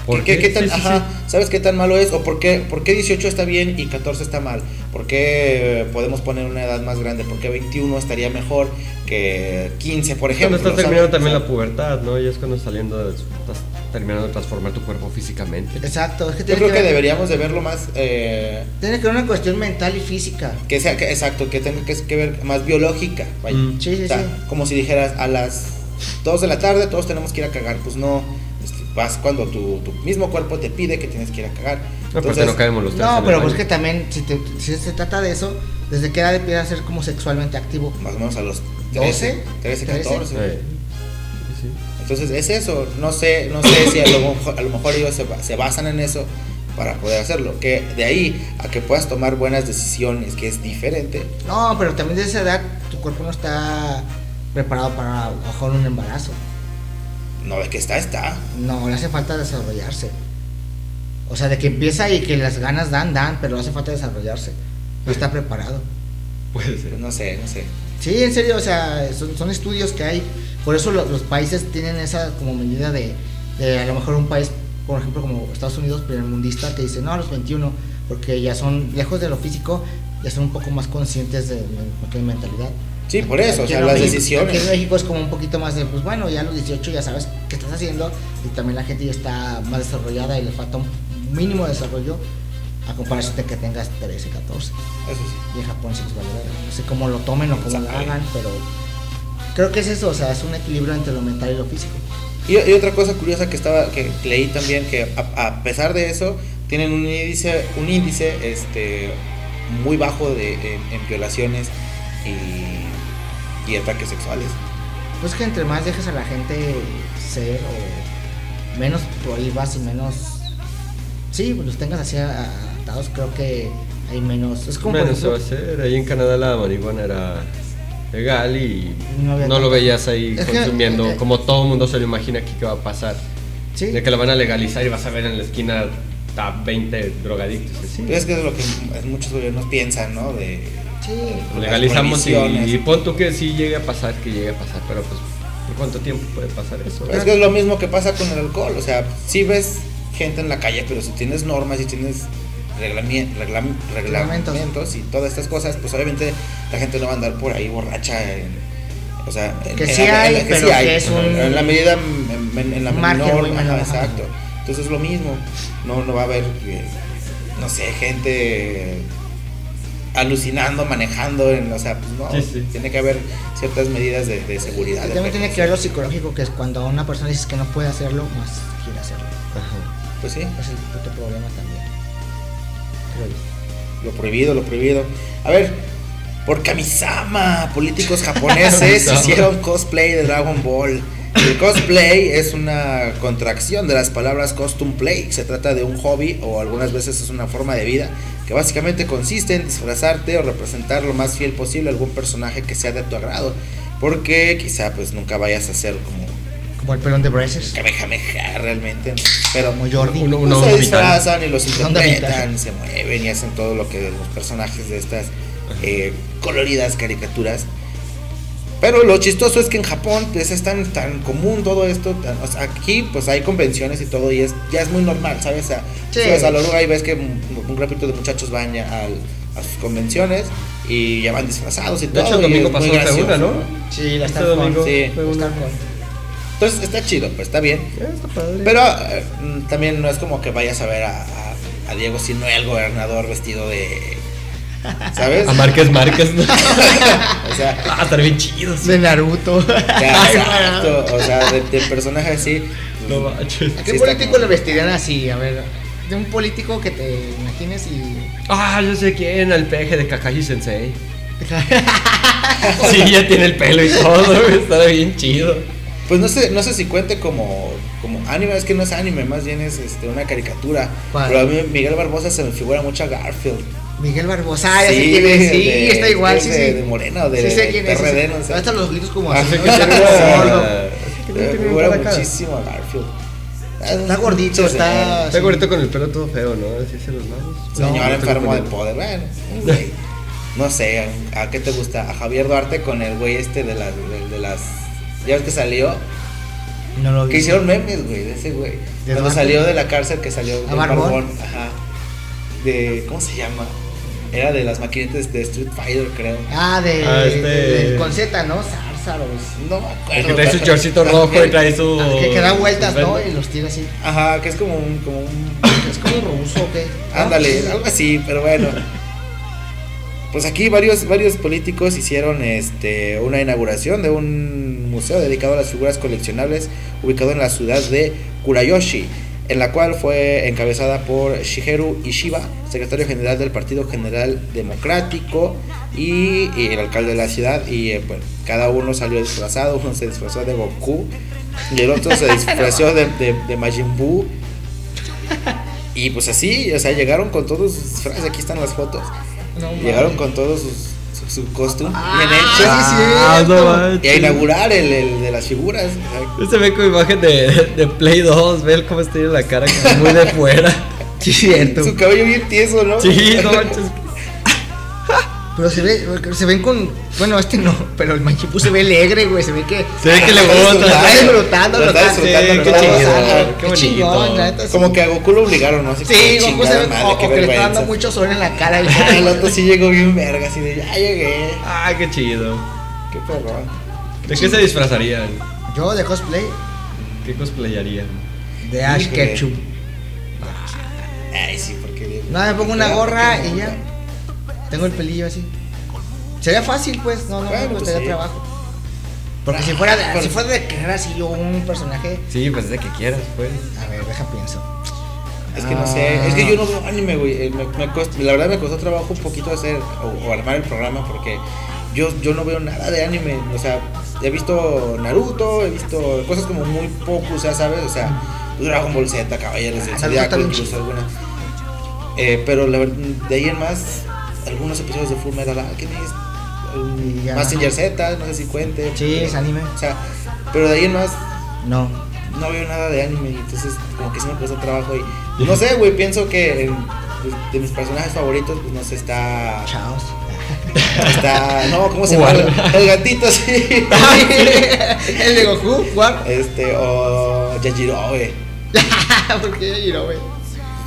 S1: ¿Por qué? ¿Qué tan,
S3: Sí, sí, sí.
S1: ajá, ¿Sabes qué tan malo es? ¿O por qué, por qué 18 está bien y 14 está mal? ¿Por qué eh, podemos poner una edad más grande? ¿Por qué 21 estaría mejor que 15, por
S3: Cuando
S1: ejemplo?
S3: estás
S1: ¿sabes?
S3: terminando también
S1: O sea,
S3: la pubertad, ¿no? Y es cuando saliendo, de- estás terminando de transformar tu cuerpo físicamente.
S2: Exacto. Es que
S1: Yo
S2: tiene
S1: creo que
S2: ver-
S1: deberíamos de verlo más, eh,
S2: Tiene que ver una cuestión mental y física.
S1: que sea, que- exacto, que tenga que, que ver más biológica, vaya.
S3: Mm.
S2: Sí, sí,
S1: O sea,
S2: sí.
S1: como si dijeras a las 2 de la tarde todos tenemos que ir a cagar, pues no, este, vas cuando tu, tu mismo cuerpo te pide que tienes que ir a cagar.
S3: No, aparte no caemos los tres. en
S2: No,
S3: el
S2: pero
S3: baño.
S2: pues que también, si, te- si se trata de eso, ¿desde qué edad empiezas a ser como sexualmente activo?
S1: más o menos a los
S2: 12,
S1: 13, 13,
S2: 13.
S1: 14.
S3: Eh, sí, sí.
S1: Entonces es eso, no sé, no sé si a lo, mejor- a lo mejor ellos se, ba- se basan en eso para poder hacerlo, que de ahí a que puedas tomar buenas decisiones, que es diferente.
S2: No, pero también de esa edad tu cuerpo no está preparado para a lo mejor un embarazo.
S1: No, de que está, está.
S2: No, le hace falta desarrollarse. O sea, de que empieza y que las ganas dan, dan, pero le hace falta desarrollarse. No está preparado.
S3: Puede ser.
S1: No sé, no sé.
S2: Sí, en serio, o sea, son, son estudios que hay. Por eso lo- los países tienen esa como medida de, de a lo mejor un país, por ejemplo, como Estados Unidos, primermundista, que dice, no, a los 21, porque ya son lejos de lo físico, ya son un poco más conscientes de lo que es mentalidad.
S1: Sí, por eso, o
S2: Aquí
S1: sea,
S2: en
S1: las
S2: México-
S1: decisiones.
S2: Aquí en México es como un poquito más de, pues bueno, ya a los 18 ya sabes qué estás haciendo y también la gente ya está más desarrollada y le falta un mínimo desarrollo a comparación de que tengas 13, 14
S1: Eso sí.
S2: y en Japón sí es vale verga. No sé cómo lo tomen o cómo lo
S1: Exacto.
S2: hagan, pero creo que es eso, o sea, es un equilibrio entre lo mental y lo físico.
S1: Y, y otra cosa curiosa que estaba que leí también que a, a pesar de eso tienen un índice un índice este muy bajo de en, en violaciones y, y ataques sexuales.
S2: Pues que entre más dejes a la gente ser o menos prohíbas y menos... Sí, pues los tengas así a- a- atados, creo que hay menos... Es como... por
S3: Menos se va a
S2: ejemplo,
S3: hacer. Ahí en Canadá la marihuana era legal y
S2: No
S3: no,
S2: había
S3: lo
S2: tanto.
S3: veías ahí
S2: Es que-
S3: consumiendo
S2: eh, eh.
S3: como todo el mundo se lo imagina aquí que va a pasar.
S2: Sí.
S3: De que la van a legalizar y vas a ver en la esquina a 20 drogadictos. así.
S1: Pero es que es lo que m- muchos gobiernos piensan, ¿no? De
S2: Sí,
S1: las
S3: Legalizamos y,
S1: prohibiciones.
S3: y pon tú que sí llegue a pasar, que llegue a pasar, pero pues ¿por cuánto tiempo puede pasar eso?
S1: es que es lo mismo que pasa con el alcohol, o sea, si ves gente en la calle, pero si tienes normas y tienes reglami- reglam-
S2: Reglamentos.
S1: reglamentos y todas estas cosas, pues obviamente la gente no va a andar por ahí borracha en- o sea, en-
S2: Que
S1: en
S2: sí
S1: la- en la-
S2: hay, pero que es
S1: ajá,
S2: un-
S1: en la medida m- en, en la
S2: un margen
S1: menor,
S2: muy menor,
S1: ajá,
S2: ajá.
S1: exacto. Entonces es lo mismo. No, no va a haber, eh, no sé, gente alucinando, manejando. En, o sea, pues no.
S3: Sí, sí.
S1: Tiene que haber ciertas medidas de, de seguridad.
S2: Y
S1: de
S2: también tiene que
S1: precaución.
S2: ver lo psicológico, que es cuando a una persona dices que no puede hacerlo, más quiere hacerlo.
S3: Ajá.
S1: Pues sí.
S2: Es el puto problema también. Creo yo.
S1: Lo prohibido, lo prohibido. A ver, por Kamisama, políticos japoneses
S3: Kamisama.
S1: hicieron cosplay de Dragon Ball. El cosplay es una contracción de las palabras costume play. Se trata de un hobby o algunas veces es una forma de vida que básicamente consiste en disfrazarte o representar lo más fiel posible a algún personaje que sea de tu agrado. Porque quizá pues nunca vayas a ser como
S2: Como el pelón de Braces.
S1: Kamehameha realmente, ¿no? pero
S2: Como Jordi.
S3: Uno-
S1: pues
S3: uno
S1: se
S3: vital.
S1: disfrazan y los
S2: Onda
S1: interpretan,
S2: vital.
S1: se mueven y hacen todo lo que los personajes de estas eh, coloridas caricaturas. Pero lo chistoso es que en Japón pues es tan, tan común todo esto. tan- o sea, aquí pues hay convenciones y todo y es, ya es muy normal, ¿sabes? A,
S2: Sí.
S1: subes a la oruga y ves que un, un grupito de muchachos van ya al- a sus convenciones y ya van disfrazados y
S3: De
S1: todo.
S3: hecho, el
S1: y
S3: domingo
S1: es muy
S3: pasó esta una,
S1: gracioso,
S3: ¿no?
S2: Sí, la
S3: Este
S2: Star Juan.
S3: domingo
S1: sí.
S3: fue una.
S1: Entonces está chido, pues está bien.
S3: Ya, Está padre.
S1: Pero eh, mm, también no es como que vayas a ver a, a- a Diego el gobernador, vestido de. ¿Sabes?
S3: A Márquez Márquez, ¿no?
S1: O sea,
S3: Ah, estar bien chido. sí.
S2: De Naruto.
S1: o sea, exacto, o sea, de, de personaje así. pues,
S3: No manches.
S2: ¿A qué
S1: Sí, está
S2: político
S1: como-
S2: lo vestirían así? A ver, de un político que te imagines y.
S3: Ah, yo sé quién, al peje de Kakashi Sensei. Sí, ya tiene el pelo y todo, güey, está bien chido.
S1: Pues no sé, no sé si cuente como, como anime, es que no es anime, más bien es este, una caricatura.
S2: ¿Cuál?
S1: Pero a mí Miguel Barbosa se me figura mucho a Garfield.
S2: Miguel Barbosa, ya
S1: Sí,
S2: sé quién es. Sí,
S1: de-
S2: está igual,
S1: de-
S2: sí,
S1: de-
S2: sí.
S1: de Morena o de-
S2: sí, sé
S1: de
S2: quién es, sí,
S1: PRD,
S2: sí.
S1: no sé.
S2: Hasta los gritos como
S1: Ah,
S2: así.
S1: sí,
S2: ¿no?
S1: que tiene una-
S2: Gordo.
S3: que
S1: Se
S3: tiene
S1: Eh, me
S3: una
S1: figura
S3: cara acá.
S1: muchísimo a Garfield.
S2: Está gordito, está.
S3: Está gordito con el pelo todo feo, ¿no? Así se los lados.
S1: Señor
S3: No,
S1: enfermo de
S3: tengo
S1: poder. Bueno, un güey. no sé, ¿a qué te gusta? A Javier Duarte con el güey este de las. De, de las ya ves que salió.
S2: No lo
S1: Que
S2: vi.
S1: hicieron memes, güey, de ese güey.
S2: ¿De
S1: Cuando
S2: Duarte?
S1: salió de la cárcel, que salió de
S2: Barbón?
S1: Ajá. De. ¿Cómo se llama? Era de las maquinitas de Street Fighter, creo.
S2: Ah, de.
S3: Ah, este-
S2: de- con Z, ¿no? Zárzaros.
S1: No me acuerdo.
S3: El que trae su
S1: pero-
S3: shortcito rojo y trae su.
S2: Ah, Que, que da vueltas,
S3: su-
S2: ¿no? Y los tira así.
S1: Ajá, que es como un. Como un
S2: Es como un ruso, ¿o qué? Ah,
S1: Ándale, algo así, pero bueno. Pues aquí varios, varios políticos hicieron este, una inauguración de un museo dedicado a las figuras coleccionables ubicado en la ciudad de Kurayoshi, en la cual fue encabezada por Shigeru Ishiba, secretario general del Partido General Democrático y, y el alcalde de la ciudad. Y eh, bueno, cada uno salió disfrazado, uno se disfrazó de Goku y el otro se disfrazó de, de, de Majin Buu. Y pues así, o sea, llegaron con todos sus disfraces, aquí están las fotos.
S2: No,
S1: Llegaron
S2: mames.
S1: con todos sus su, su costume bien hecho.
S2: Ah,
S3: Ah,
S2: sí,
S3: no
S2: cierto.
S1: y a
S3: manches.
S1: inaugurar el, el de las figuras. o
S3: Se ve con imagen de, de Play 2, ve cómo está la cara como muy de fuera.
S2: Sí,
S1: sea,
S2: cierto.
S1: Su cabello bien tieso, ¿no?
S3: Sí, no manches.
S2: Pero se ve, se ven con. Bueno, este no, pero el Machipu se ve alegre, güey. Se ve que.
S3: Se ve que le
S2: Está
S3: gusta.
S2: disfrutando,
S1: Lo
S2: lo
S1: está
S2: está
S1: disfrutando,
S2: sí,
S1: lo está
S2: qué
S3: gozando.
S2: chingón,
S3: Qué
S2: qué chingón,
S3: bonito.
S2: la neta, sí.
S1: Como que a Goku lo obligaron, ¿no? Así
S2: Sí,
S1: como,
S2: Goku se
S1: chingada
S2: ve
S1: madre,
S2: o,
S1: qué
S2: o que le está
S1: vergüenza.
S2: dando mucho sol en la cara. el-
S1: El otro sí llegó bien verga, así de ya llegué.
S3: Ah, qué chido.
S1: Qué perrón.
S3: ¿De qué se disfrazarían?
S2: Yo de cosplay
S3: ¿Qué cosplayarían?
S2: de Ash
S1: Híjole.
S2: Ketchum.
S1: Ay, sí, porque.
S2: No, me pongo una gorra y ya. Tengo el pelillo así. Sería fácil, pues, no, no
S1: Bueno,
S2: me
S1: pues
S2: costaría
S1: sí. Ah,
S2: trabajo. Porque si fuera, de, si fuera de crear así yo un personaje.
S3: Sí, pues de que quieras, pues.
S2: A ver, deja pienso.
S1: Es que no sé, es que yo no
S2: Ah.
S1: veo anime, güey. eh, Me, me cost- la verdad me costó trabajo un poquito hacer o, o armar el programa porque yo, yo no veo nada de anime. O sea, he visto Naruto, he visto cosas como muy poco, o sea, ¿sabes? O sea, Dragon Ball Z, Caballeros del
S2: Ah, Naruto
S1: Zodiaco,
S2: está bien
S1: incluso
S2: chido.
S1: alguna. Eh, pero la verdad, de ahí en más, algunos episodios de Full Metal Alchemist,
S2: Y ya.
S1: Messenger Z, no sé si cuente.
S2: Sí, es anime.
S1: O sea, pero de ahí en más,
S2: No.
S1: no veo nada de anime, entonces como que sí me cuesta trabajo y pues, no sé, güey, pienso que en- pues, de mis personajes favoritos, pues no sé, está
S2: Chaos.
S1: está no, ¿cómo se llama?
S3: Juan.
S1: El gatito sí.
S2: Ah, el de Goku, Juan.
S1: Este o Yajiro, güey. Ah,
S2: ¿Por qué Yajiro, güey?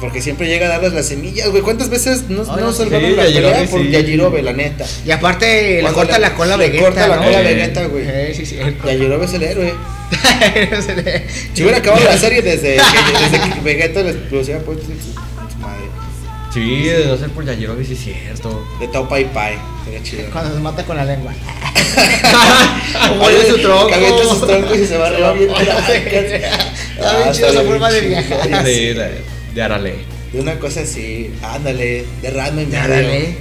S1: Porque siempre llega a darles las semillas, güey. ¿Cuántas veces no,
S2: Ay,
S1: no
S2: sí,
S1: salvaron la
S3: Yajirobe,
S1: pelea por
S3: sí.
S1: Yajirobe, la neta?
S2: Y aparte le
S1: Cuando
S2: corta
S1: le-
S2: la cola a
S1: le
S2: Vegeta,
S1: corta la
S2: ¿no?
S1: cola a
S3: Eh.
S1: Vegeta, güey.
S2: Eh, sí, cierto.
S1: Yajirobe es el héroe. Si hubiera acabado la serie desde que, desde que Vegeta les los hubiera puesto en su, en su madre.
S3: Sí, de no ser por Yajirobe, sí es cierto.
S1: De Tau Pai Pai. Sería chido.
S2: Cuando se mata con la lengua.
S3: Oye, su tronco.
S1: Calienta sus troncos y se va Ah, arriba bien.
S2: Está bien chido su forma de viajar.
S1: Ya
S3: De,
S1: sé.
S3: de, de Arale.
S1: De una cosa así. Ándale. De Ranma y medio.
S2: Ya dale.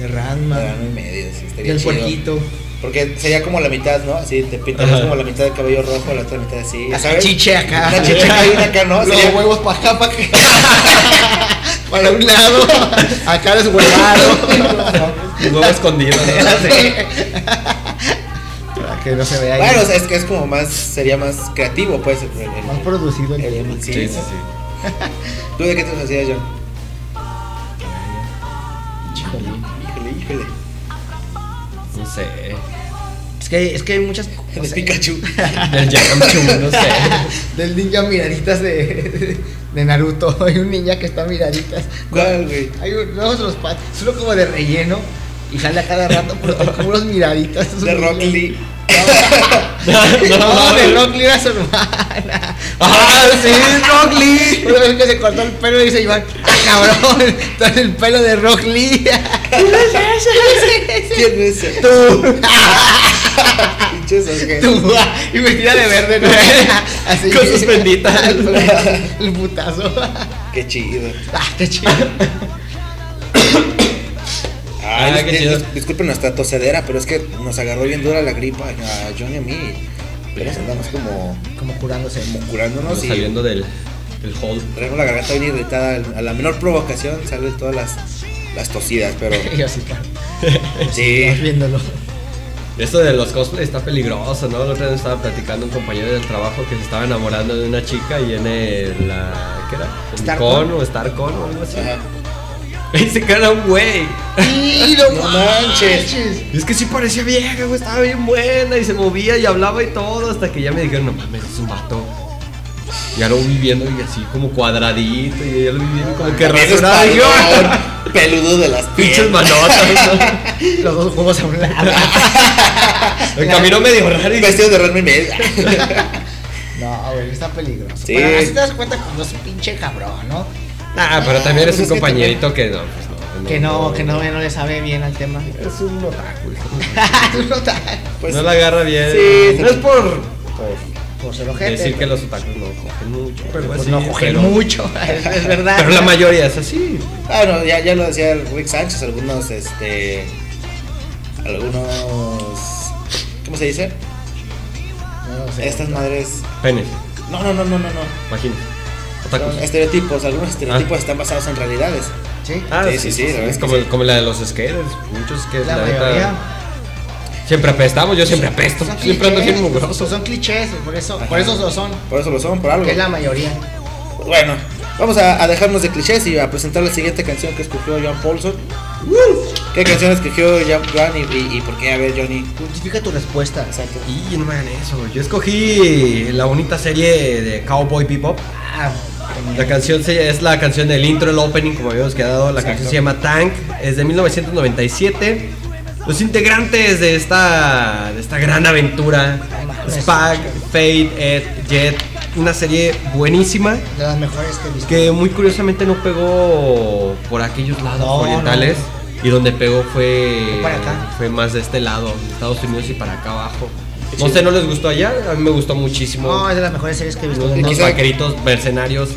S2: De Ranma.
S1: De Ranma y medio. Sí, estaría
S2: Del
S1: chido.
S2: puerquito.
S1: Porque sería como la mitad, ¿no? Así te pintarías
S3: Ajá.
S1: como la mitad de cabello rojo, la otra mitad así.
S2: La
S1: ¿sabes?
S2: chiche acá.
S1: Una chiche acá y una acá, ¿no?
S2: Los
S1: Sería-
S2: huevos para acá, para acá. Para un lado. Acá deshuevado.
S3: Un huevo escondido. ¿no?
S2: Para que no se vea ahí.
S1: Bueno, o sea, es que es como más, sería más creativo, pues. el- el-
S2: Más producido el
S1: el-
S2: tema.
S1: sí,
S3: Sí, sí,
S1: ¿no?
S3: sí.
S1: ¿Tú de qué te hacías, John?
S2: Híjole.
S1: Híjole, híjole.
S3: No sé.
S2: Es que, es que hay muchas.
S1: De
S2: o sea,
S1: Pikachu.
S3: Del Yamchu, no sé.
S2: Del ninja miraditas de, de Naruto. Hay un ninja que está miraditas.
S1: ¿Cuál, güey?
S2: Hay un, no, se los pa- solo como de relleno. Y sale a cada rato, pero hay como unos miraditas. es un
S1: De Rock
S2: ninja.
S1: Lee.
S2: No, de Rock Lee era su hermana.
S3: ¡Ah, sí, Rock Lee!
S2: Una vez que se cortó el pelo, dice Iván: ¡Ah, cabrón! Trae el pelo de Rock Lee.
S1: ¿Quién es ese?
S2: Tú,
S1: Pinches ojetes.
S2: tú. Y vestida de verde, ¿no? Así
S3: Con sus benditas.
S2: El, el putazo.
S1: Qué chido.
S2: Ah, qué chido.
S1: Ay,
S3: Ah, qué
S1: dis-
S3: chido.
S1: dis- Disculpen nuestra tosedera, pero es que nos agarró bien dura la gripa a John y a mí. Pero nos andamos como,
S2: Como curándose.
S1: como curándonos y
S3: Saliendo del, del hall.
S1: Traemos la garganta bien irritada. A la menor provocación salen todas las, las tosidas, pero.
S2: Y así, claro. Estás
S1: Sí.
S2: viéndolo.
S3: Esto de los cosplays está peligroso, ¿no? El otro día estaba platicando un compañero del trabajo que se estaba enamorando de una chica y en el, la... ¿Qué era?
S2: Starcon.
S3: Con o Starcon o algo así.
S1: Ajá.
S3: Ese cara era un güey.
S2: Y no,
S1: No manches.
S3: Y es que sí parecía vieja, güey, estaba bien buena y se movía y hablaba y todo, hasta que ya me dijeron, no mames, es un vato. Ya lo vi viendo y así como cuadradito y ya lo vi viendo como que
S1: También es
S3: rasurado. y yo,
S1: palón, Peludo de las
S3: Pinches
S1: piernas.
S3: manotas,
S2: Los dos juegos a un lado.
S3: ¿no? El camino medio raro y
S1: Vestido de Ranma y media.
S2: No, güey, está peligroso.
S1: Sí.
S2: Bueno, así te das cuenta cuando es un pinche cabrón, ¿no?
S3: Ah, pero también
S1: Pues
S3: es un
S1: es que
S3: compañerito que no, pues no.
S2: Que no, que no, no le sabe bien al tema.
S3: Es un otaku. hijo.
S2: Tú no te-
S1: Pues,
S3: no la agarra bien.
S1: sí,
S3: no es por
S2: Por ser ojete.
S3: decir que
S2: pero-
S3: los otakus no cogen mucho, pero
S2: pues
S3: así,
S2: no cogen
S3: pero-
S2: mucho, es, es verdad.
S3: Pero la mayoría es así.
S1: Ah, no, ya, ya lo decía el Rick Sánchez, algunos, este. Algunos. ¿Cómo se dice?
S2: No, no sé.
S1: Estas madres.
S3: Penes,
S1: No, no, no, no, no, no.
S3: imagínate. Otakus.
S1: Son estereotipos, algunos estereotipos están basados en realidades.
S2: Sí.
S3: Ah,
S1: Sí, sí, sí, la verdad
S3: es
S1: que
S3: como,
S1: sí.
S3: como la de los skaters. Muchos skaters,
S2: La
S3: la, neta,
S2: mayoría.
S3: Siempre apestamos, yo siempre apesto.
S2: Son
S3: Siempre ando bien
S2: clichés, pues
S3: mugroso.
S2: Son clichés, por eso,
S1: Ajá.
S2: por eso lo son.
S1: Por eso lo son, por algo.
S2: Que es la mayoría.
S1: Bueno, vamos a, a dejarnos de clichés y a presentar la siguiente canción que escogió John Paulson. ¿Qué canción escogió John, John y, y- y por qué? A ver, Johnny.
S2: Justifica tu respuesta.
S1: Exacto.
S3: Y no me hagan eso. Yo escogí la bonita serie de Cowboy Bebop.
S2: Ah,
S3: La
S2: genial.
S3: canción se- es la canción del intro, el opening, como habíamos quedado. La
S1: Exacto.
S3: canción se llama Tank, es de 1997. Los integrantes de esta, de esta gran aventura:
S2: Ay, mames.
S3: Spag, Fade, Ed, Jet. Una serie buenísima.
S2: de las mejores que he visto.
S3: Que muy curiosamente no pegó por aquellos lados
S2: No,
S3: orientales. Y donde pegó fue,
S2: Fue para acá.
S3: fue más de este lado, de Estados Unidos y para acá abajo. No sé, ¿no les gustó allá? A mí me gustó muchísimo.
S2: No, es de las mejores series que he visto.
S3: Unos
S1: Quizá-
S3: vaqueritos mercenarios.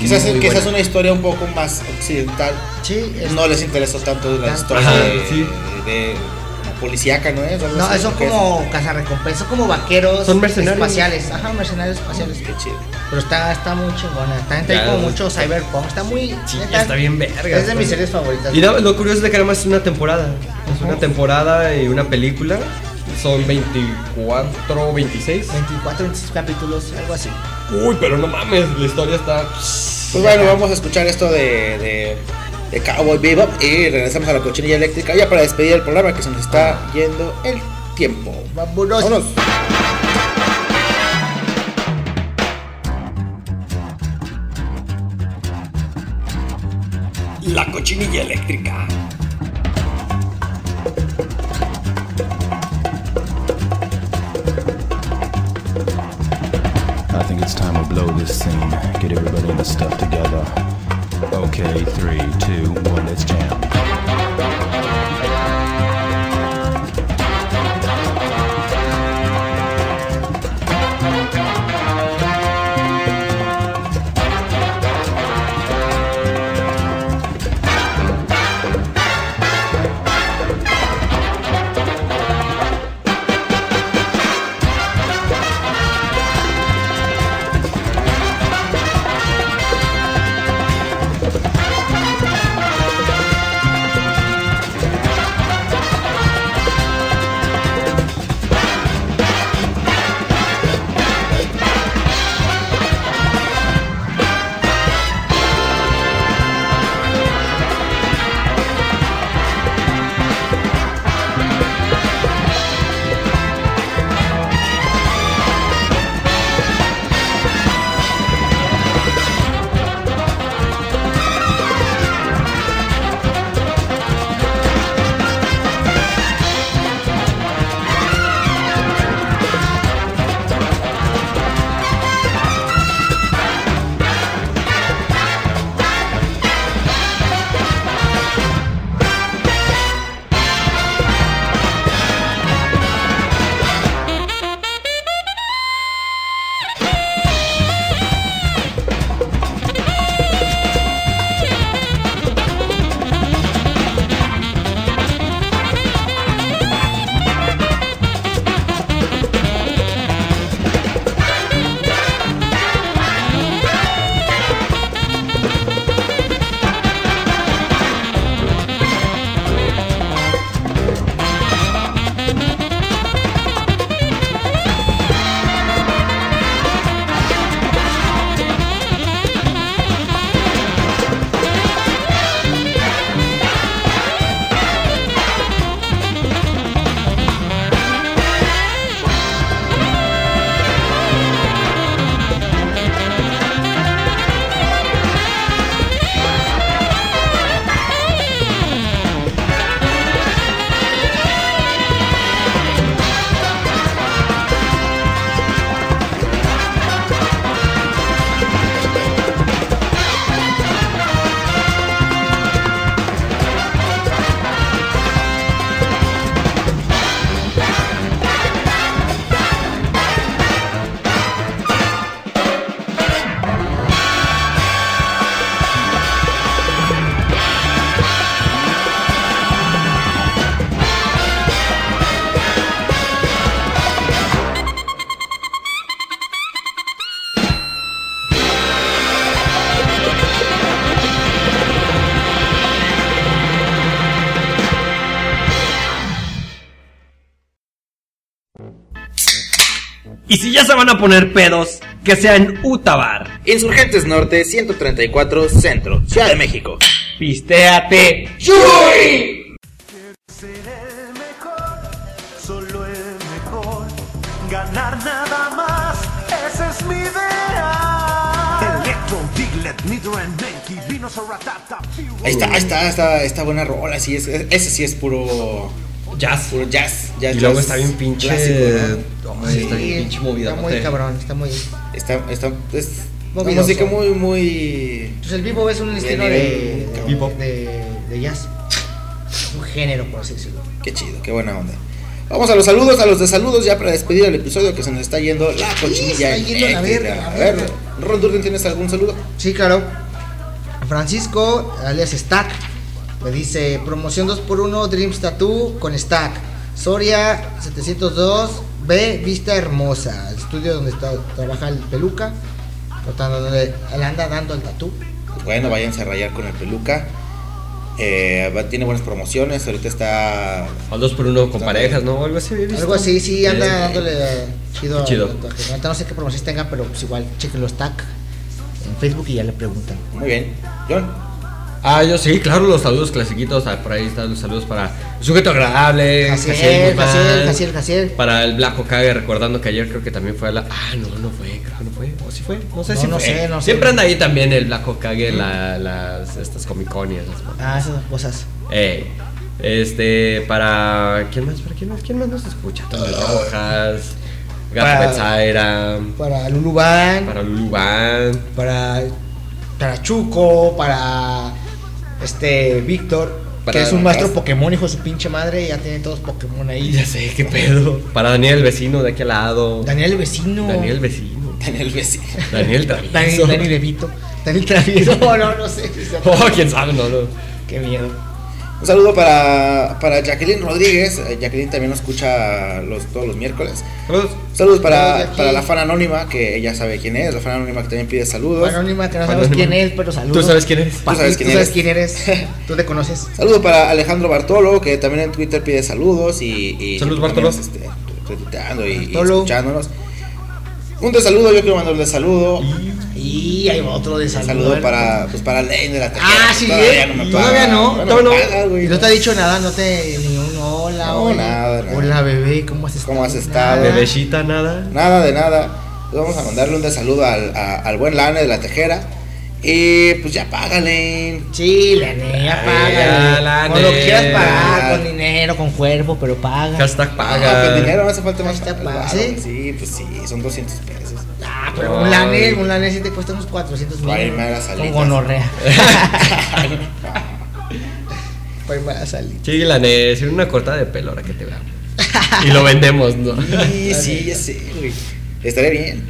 S1: Quizás,
S3: muy
S1: quizás
S3: buena.
S1: una historia un poco más occidental.
S2: Sí, este, es-
S1: No les interesó tanto la
S2: Ajá,
S1: historia de,
S3: sí.
S1: de- como policíaca, ¿no es? Algo
S2: No,
S1: así,
S2: son
S1: ¿qué es?
S2: como cazarrecompensas, son como vaqueros
S3: Son mercenarios.
S2: espaciales. Ajá, mercenarios espaciales.
S1: Qué chido.
S2: Pero está, está muy chingona. Está entre
S3: Ya,
S2: como
S3: los-
S2: mucho cyberpunk. Está muy.
S3: Sí,
S2: neta,
S3: está bien verga.
S2: Es de mis series favoritas.
S3: Y lo, lo curioso es de que nada más es una temporada. Es una temporada y una película. Son 24, 26.
S2: 24, 26 capítulos, algo así.
S3: Uy, pero no mames, la historia está.
S1: Pues bueno, vamos a escuchar esto de, de, de Cowboy Bebop y regresamos a la cochinilla eléctrica ya para despedir el programa que se nos está yendo el tiempo.
S2: Ah. Vámonos.
S1: Vámonos.
S3: La cochinilla eléctrica.
S4: Load this scene. Get everybody in the stuff together. Okay, three, two, one, let's jam.
S3: Y si ya se van a poner pedos, que sea en Utabar.
S1: Insurgentes Norte 134 Centro, Ciudad de México.
S3: Pistéate.
S7: Ser el mejor, solo el mejor. Ganar nada más, ese es mi ideal. Electro, Diglett, Nidoran, Menki, Venus, Ratata,
S1: Ahí está, ahí está, está, está buena rola, sí, es, ese sí es puro,
S3: Jazz.
S1: puro jazz, jazz.
S3: Y luego
S1: jazz
S3: está bien pinche.
S1: clásico, ¿no?
S3: Ay,
S2: Sí,
S3: está bien pinche movida.
S2: Está muy cabrón, está muy.
S1: Está, está, es una
S2: Movidoso.
S1: música muy, muy...
S2: Entonces el bebop es un estilo
S1: nivel,
S2: de,
S1: cabrón.
S2: de, de- de jazz. Un género, por así decirlo.
S1: Qué chido, qué buena onda. Vamos a los saludos, a los de saludos, ya para despedir el episodio que se nos está yendo la cochinilla.
S2: está yendo la
S1: eléctrica.
S2: verga, la
S1: A ver,
S2: verga.
S1: Ron Durden, ¿tienes algún saludo?
S2: Sí, claro. Francisco, alias Stack, me dice promoción 2x1 Dreams Tattoo con Stack. Soria 702 B Vista Hermosa, el estudio donde está, trabaja el peluca, tratando de- le anda dando el tatú.
S1: Bueno, váyanse a rayar con el peluca. Eh, va- tiene buenas promociones, ahorita está...
S3: Al dos por uno con parejas, ¿no? Algo así. había visto.
S2: Algo así, sí, anda
S3: Eh,
S2: dándole eh, chido. al
S3: Chido.
S2: tatuaje. Ahorita no sé qué promociones tengan, pero pues igual chequen los Stack en Facebook y ya le preguntan.
S1: Muy bien. John.
S3: Ah, yo sí, claro, los saludos clasiquitos. ah, por ahí están los saludos para Sujeto Agradable,
S2: Jaciel,
S3: Guzmán,
S2: Jaciel, Jaciel, Jaciel.
S3: Para el Black Hokage, recordando que ayer creo que también fue a la. Ah, no, no fue, creo que no fue. O sí fue, no sé
S2: No,
S3: si
S2: no
S3: fue.
S2: sé, no sé.
S3: Siempre anda ahí también el Black Hokage, la- las, estas comiconias. Las...
S2: Ah, esas cosas.
S3: Ey, este, para. ¿Quién más? ¿Para quién más? ¿Quién más nos escucha? Tommy Rojas. Gata
S2: Ah, Para-
S3: Betsaira,
S2: Para Lulubán, para,
S3: para Lulu Band,
S2: para, Chuco, para este Víctor,
S3: Para
S2: que es un maestro
S3: Castro.
S2: Pokémon, hijo de su pinche madre, ya tiene todos Pokémon ahí.
S3: Ya sé, qué pedo. Para Daniel, el vecino de aquí al lado.
S2: Daniel el vecino.
S3: Daniel, el vecino.
S1: En el vecino.
S3: Daniel Travieso.
S2: Daniel, Daniel Evito. Daniel Travieso. No, no, no sé.
S3: Oh, quién sabe, no, no.
S2: Qué miedo.
S1: Un saludo para, para Jacqueline Rodríguez. Eh, Jacqueline también nos escucha los, todos los miércoles.
S3: Saludos.
S1: Saludos para,
S2: Saludos,
S1: para
S2: Jackie.
S1: la fan anónima, que ella sabe quién es. La fan anónima que también pide saludos.
S2: Anónima, que no
S3: Bueno,
S2: sabes quién
S3: anónima.
S2: es, pero saludos.
S3: ¿Tú sabes quién eres?
S1: Tú
S2: Papi,
S1: sabes
S2: tú
S1: quién
S2: sabes
S1: eres.
S2: quién eres. Tú te conoces.
S1: Saludos para Alejandro Bartolo, que también en Twitter pide saludos y. y
S3: Saludos,
S1: siempre
S3: Bartolo.
S1: también nos, este, retuiteando y, y
S2: Bartolo.
S1: escuchándonos. Un saludo, yo quiero mandarle saludo.
S2: Y hay otro de
S1: Un
S2: saludo.
S1: saludo para, pues, para Lane de la Tejera.
S2: Ah, sí,
S1: Todavía
S2: ¿eh?
S1: no me
S2: Todavía
S1: paga.
S2: no,
S1: Bueno,
S2: todavía
S1: me
S2: no.
S1: paga, güey.
S2: Y no te ha dicho nada, no te. Ni un hola,
S1: No,
S2: hola.
S1: nada, nada.
S2: Hola, bebé, ¿cómo has estado?
S1: ¿Cómo has estado?
S2: Nada.
S3: Bebecita, nada.
S1: Nada de nada. Pues vamos a mandarle un de saludo al, a- al buen Lane de la Tejera. Y pues ya págale.
S2: Sí, la nea,
S3: ya,
S2: paga.
S3: la
S2: Con lo
S3: nea.
S2: quieras pagar, con dinero, con cuerpo, pero paga.
S3: Hashtag
S1: Ah, pues, dinero,
S3: paga.
S1: no hace falta más.
S2: Ahí está,
S1: Claro,
S2: ¿sí?
S1: sí, pues sí, son 200 pesos.
S2: Ah, pero un lane, un lane sí te cuesta unos 400 mil.
S1: Para irme a las
S2: Con
S1: alitas.
S2: gonorrea. Para irme a las alitas.
S3: Sí, la neta, sí, una cortada de pelo ahora que te veamos. Y lo vendemos, ¿no?
S1: Sí, sí, ya sé, güey. Estaría bien.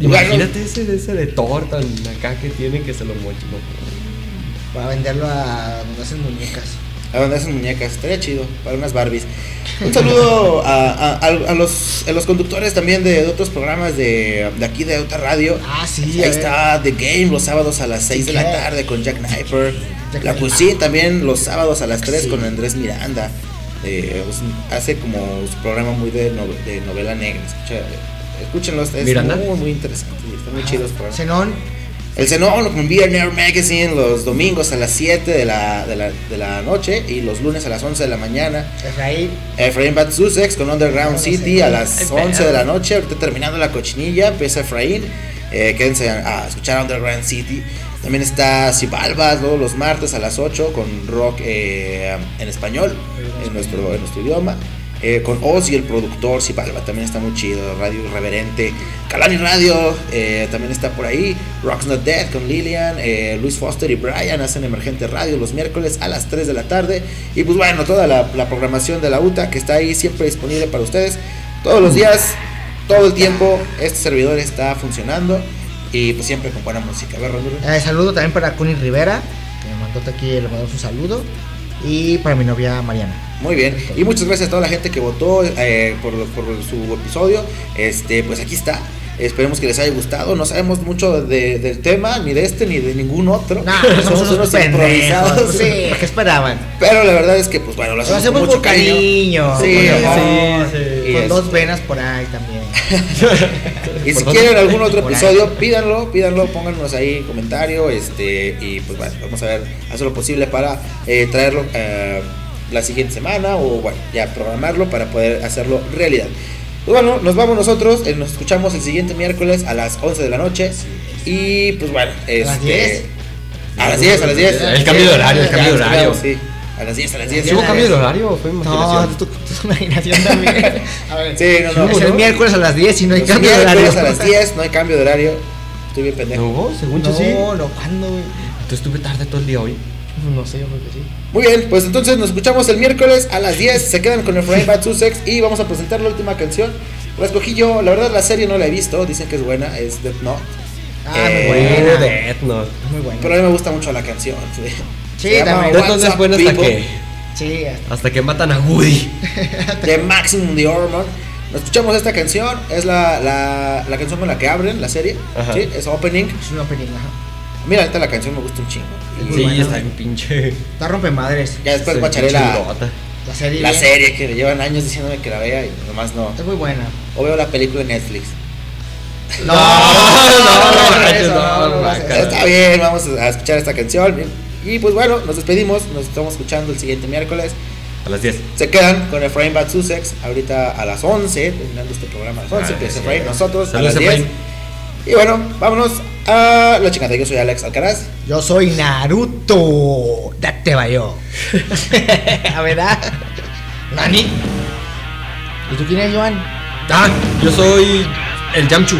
S3: Imagínate ese, de- ese de Thor tan acá que tiene que se lo moche.
S2: Para venderlo a donde hacen muñecas.
S1: A donde hacen Ah, muñecas, estaría chido, para unas Barbies. Un saludo a, a- a- a los, a los conductores también de, de otros programas de, de aquí de Auta Radio.
S2: Ah, sí,
S1: Ahí
S2: a ver.
S1: está The Game los sábados a las 6 de la
S2: Claro.
S1: tarde con Jack Kniper.
S2: Jack
S1: La
S2: Kniper.
S1: Cuisine también los sábados a las 3
S2: Sí.
S1: con Andrés Miranda. Eh, es- hace como su programa muy de, no- de novela negra. Escucha- escúchenlos, es
S3: ¿Miranda?
S1: muy, muy interesante. y Están muy chidos pues. los programas.
S2: Zenón,
S1: El Zenón con Nerd Magazine los domingos a las 7 de la, de, la, de la noche y los lunes a las 11 de la mañana.
S2: Efraín.
S1: Efraín Bad Sussex con Underground
S2: No sé.
S1: City a las
S3: Ay,
S1: 11
S3: perro.
S1: de la noche. Ahorita terminando la cochinilla, empieza Efraín. Eh, quédense a, a escuchar Underground City. También está Cibalba todos los martes a las 8 con rock eh, en español, en nuestro, en nuestro idioma. Eh, con Ozzy, el productor, Cibalba también está muy chido. Radio Irreverente, Calani Radio eh, también está por ahí. Rock's Not Dead con Lilian, eh, Luis Foster y Brian hacen Emergente Radio los miércoles a las 3 de la tarde. Y pues bueno, toda la, la programación de la UTA que está ahí siempre disponible para ustedes. Todos los días, todo el tiempo, este servidor está funcionando. Y pues siempre con buena música, ¿verdad, Rodrigo?
S2: Eh, saludo también para Connie Rivera, que me mandó aquí, le mandó su saludo. Y para mi novia Mariana.
S1: Muy bien, y muchas gracias a toda la gente que votó eh, por, por su episodio. Este, pues aquí está. Esperemos que les haya gustado. No sabemos mucho de- del tema, ni de este, ni de ningún otro.
S2: No, somos unos, pendejos. Sí, ¿qué esperaban?
S1: Pero la verdad es que, pues bueno, lo
S2: Lo
S1: hacemos,
S2: hacemos
S1: con
S2: con
S1: mucho cariño.
S2: cariño.
S1: Sí,
S2: con amor,
S3: sí, sí.
S1: Y
S2: Con
S1: es-
S2: dos venas por ahí también.
S1: Y si
S3: Por
S1: quieren algún otro
S2: Por ahí.
S1: episodio, pídanlo, pídanlo, pónganos ahí comentario, este, y pues bueno, vamos a ver, hacer lo posible para eh, traerlo eh, la siguiente semana o bueno, ya programarlo para poder hacerlo realidad. Pues bueno, nos vamos nosotros, eh, nos escuchamos el siguiente miércoles a las 11 de la noche y pues bueno, este,
S2: las 10?
S1: A las 10, a las 10.
S3: El cambio de horario, el
S1: Ya,
S3: cambio de
S1: nos
S3: horario.
S1: quedamos, sí, a las 10, a las 10.
S2: Sí, hubo cambio de
S3: horario o fue
S2: No, tu, tu imaginación también. A ver,
S1: Sí, no, no.
S2: es el miércoles a las 10 y no hay
S1: Los
S2: cambio de horario.
S1: miércoles a las 10, no hay cambio de horario. Estoy bien pendejo.
S3: ¿No hubo? Según yo sí.
S2: No, no, ¿cuándo? güey?
S3: Entonces estuve tarde todo el día hoy.
S2: Pues No sé, yo creo que sí.
S1: Muy bien, pues entonces nos escuchamos el miércoles a las 10. Se quedan con Efraín Bad Sussex y vamos a presentar la última canción. La escogí yo, la verdad la serie no la he visto, dicen que es buena, es Death Note.
S2: Ah,
S1: Eh,
S2: muy buena.
S3: Death Note.
S2: Muy buena.
S1: Pero a mí me gusta mucho la canción. Sí,
S2: Sí,
S1: Se llama
S2: también.
S3: Death Note es
S1: WhatsApp
S3: buena hasta
S1: People
S3: que,
S2: Sí,
S3: hasta que matan a Woody.
S1: De Maximum The Hormone. Nos escuchamos esta canción, es la, la, la canción con la que abren la serie,
S3: Ajá.
S1: ¿sí? es opening.
S2: es una película. ajá.
S1: Mira, ahorita la canción me gusta un chingo.
S2: Es muy
S3: Sí,
S2: buena,
S3: está
S2: güey.
S3: bien pinche.
S2: Está rompe madres.
S1: Ya después
S3: Sí,
S1: guacharé la,
S3: chingota.
S2: La serie.
S1: la
S2: bien.
S1: serie que llevan años diciéndome que la vea y nomás no.
S2: Es muy buena.
S1: O veo la película en Netflix.
S2: No,
S3: no,
S2: no,
S3: manches,
S2: eso,
S3: no,
S2: no,
S3: guaca.
S2: eso.
S1: Está bien, vamos a escuchar esta canción. Y pues bueno, nos despedimos, nos estamos escuchando el siguiente miércoles.
S3: A las 10.
S1: Se quedan con Efraín Bad Sussex ahorita a las 11, terminando este programa a las 11,
S3: Ah,
S1: que es
S3: sí.
S1: Efraín, nosotros
S3: Saludos,
S1: a las 10.
S3: Efraín.
S1: Y bueno, vámonos a la chingada. Yo soy Alex Alcaraz.
S2: Yo soy Naruto. Date bayo. A ver, ¿ah? ¿Nani? ¿Y tú quién eres, Joan?
S6: Ah, yo soy el Yamchu.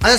S2: Has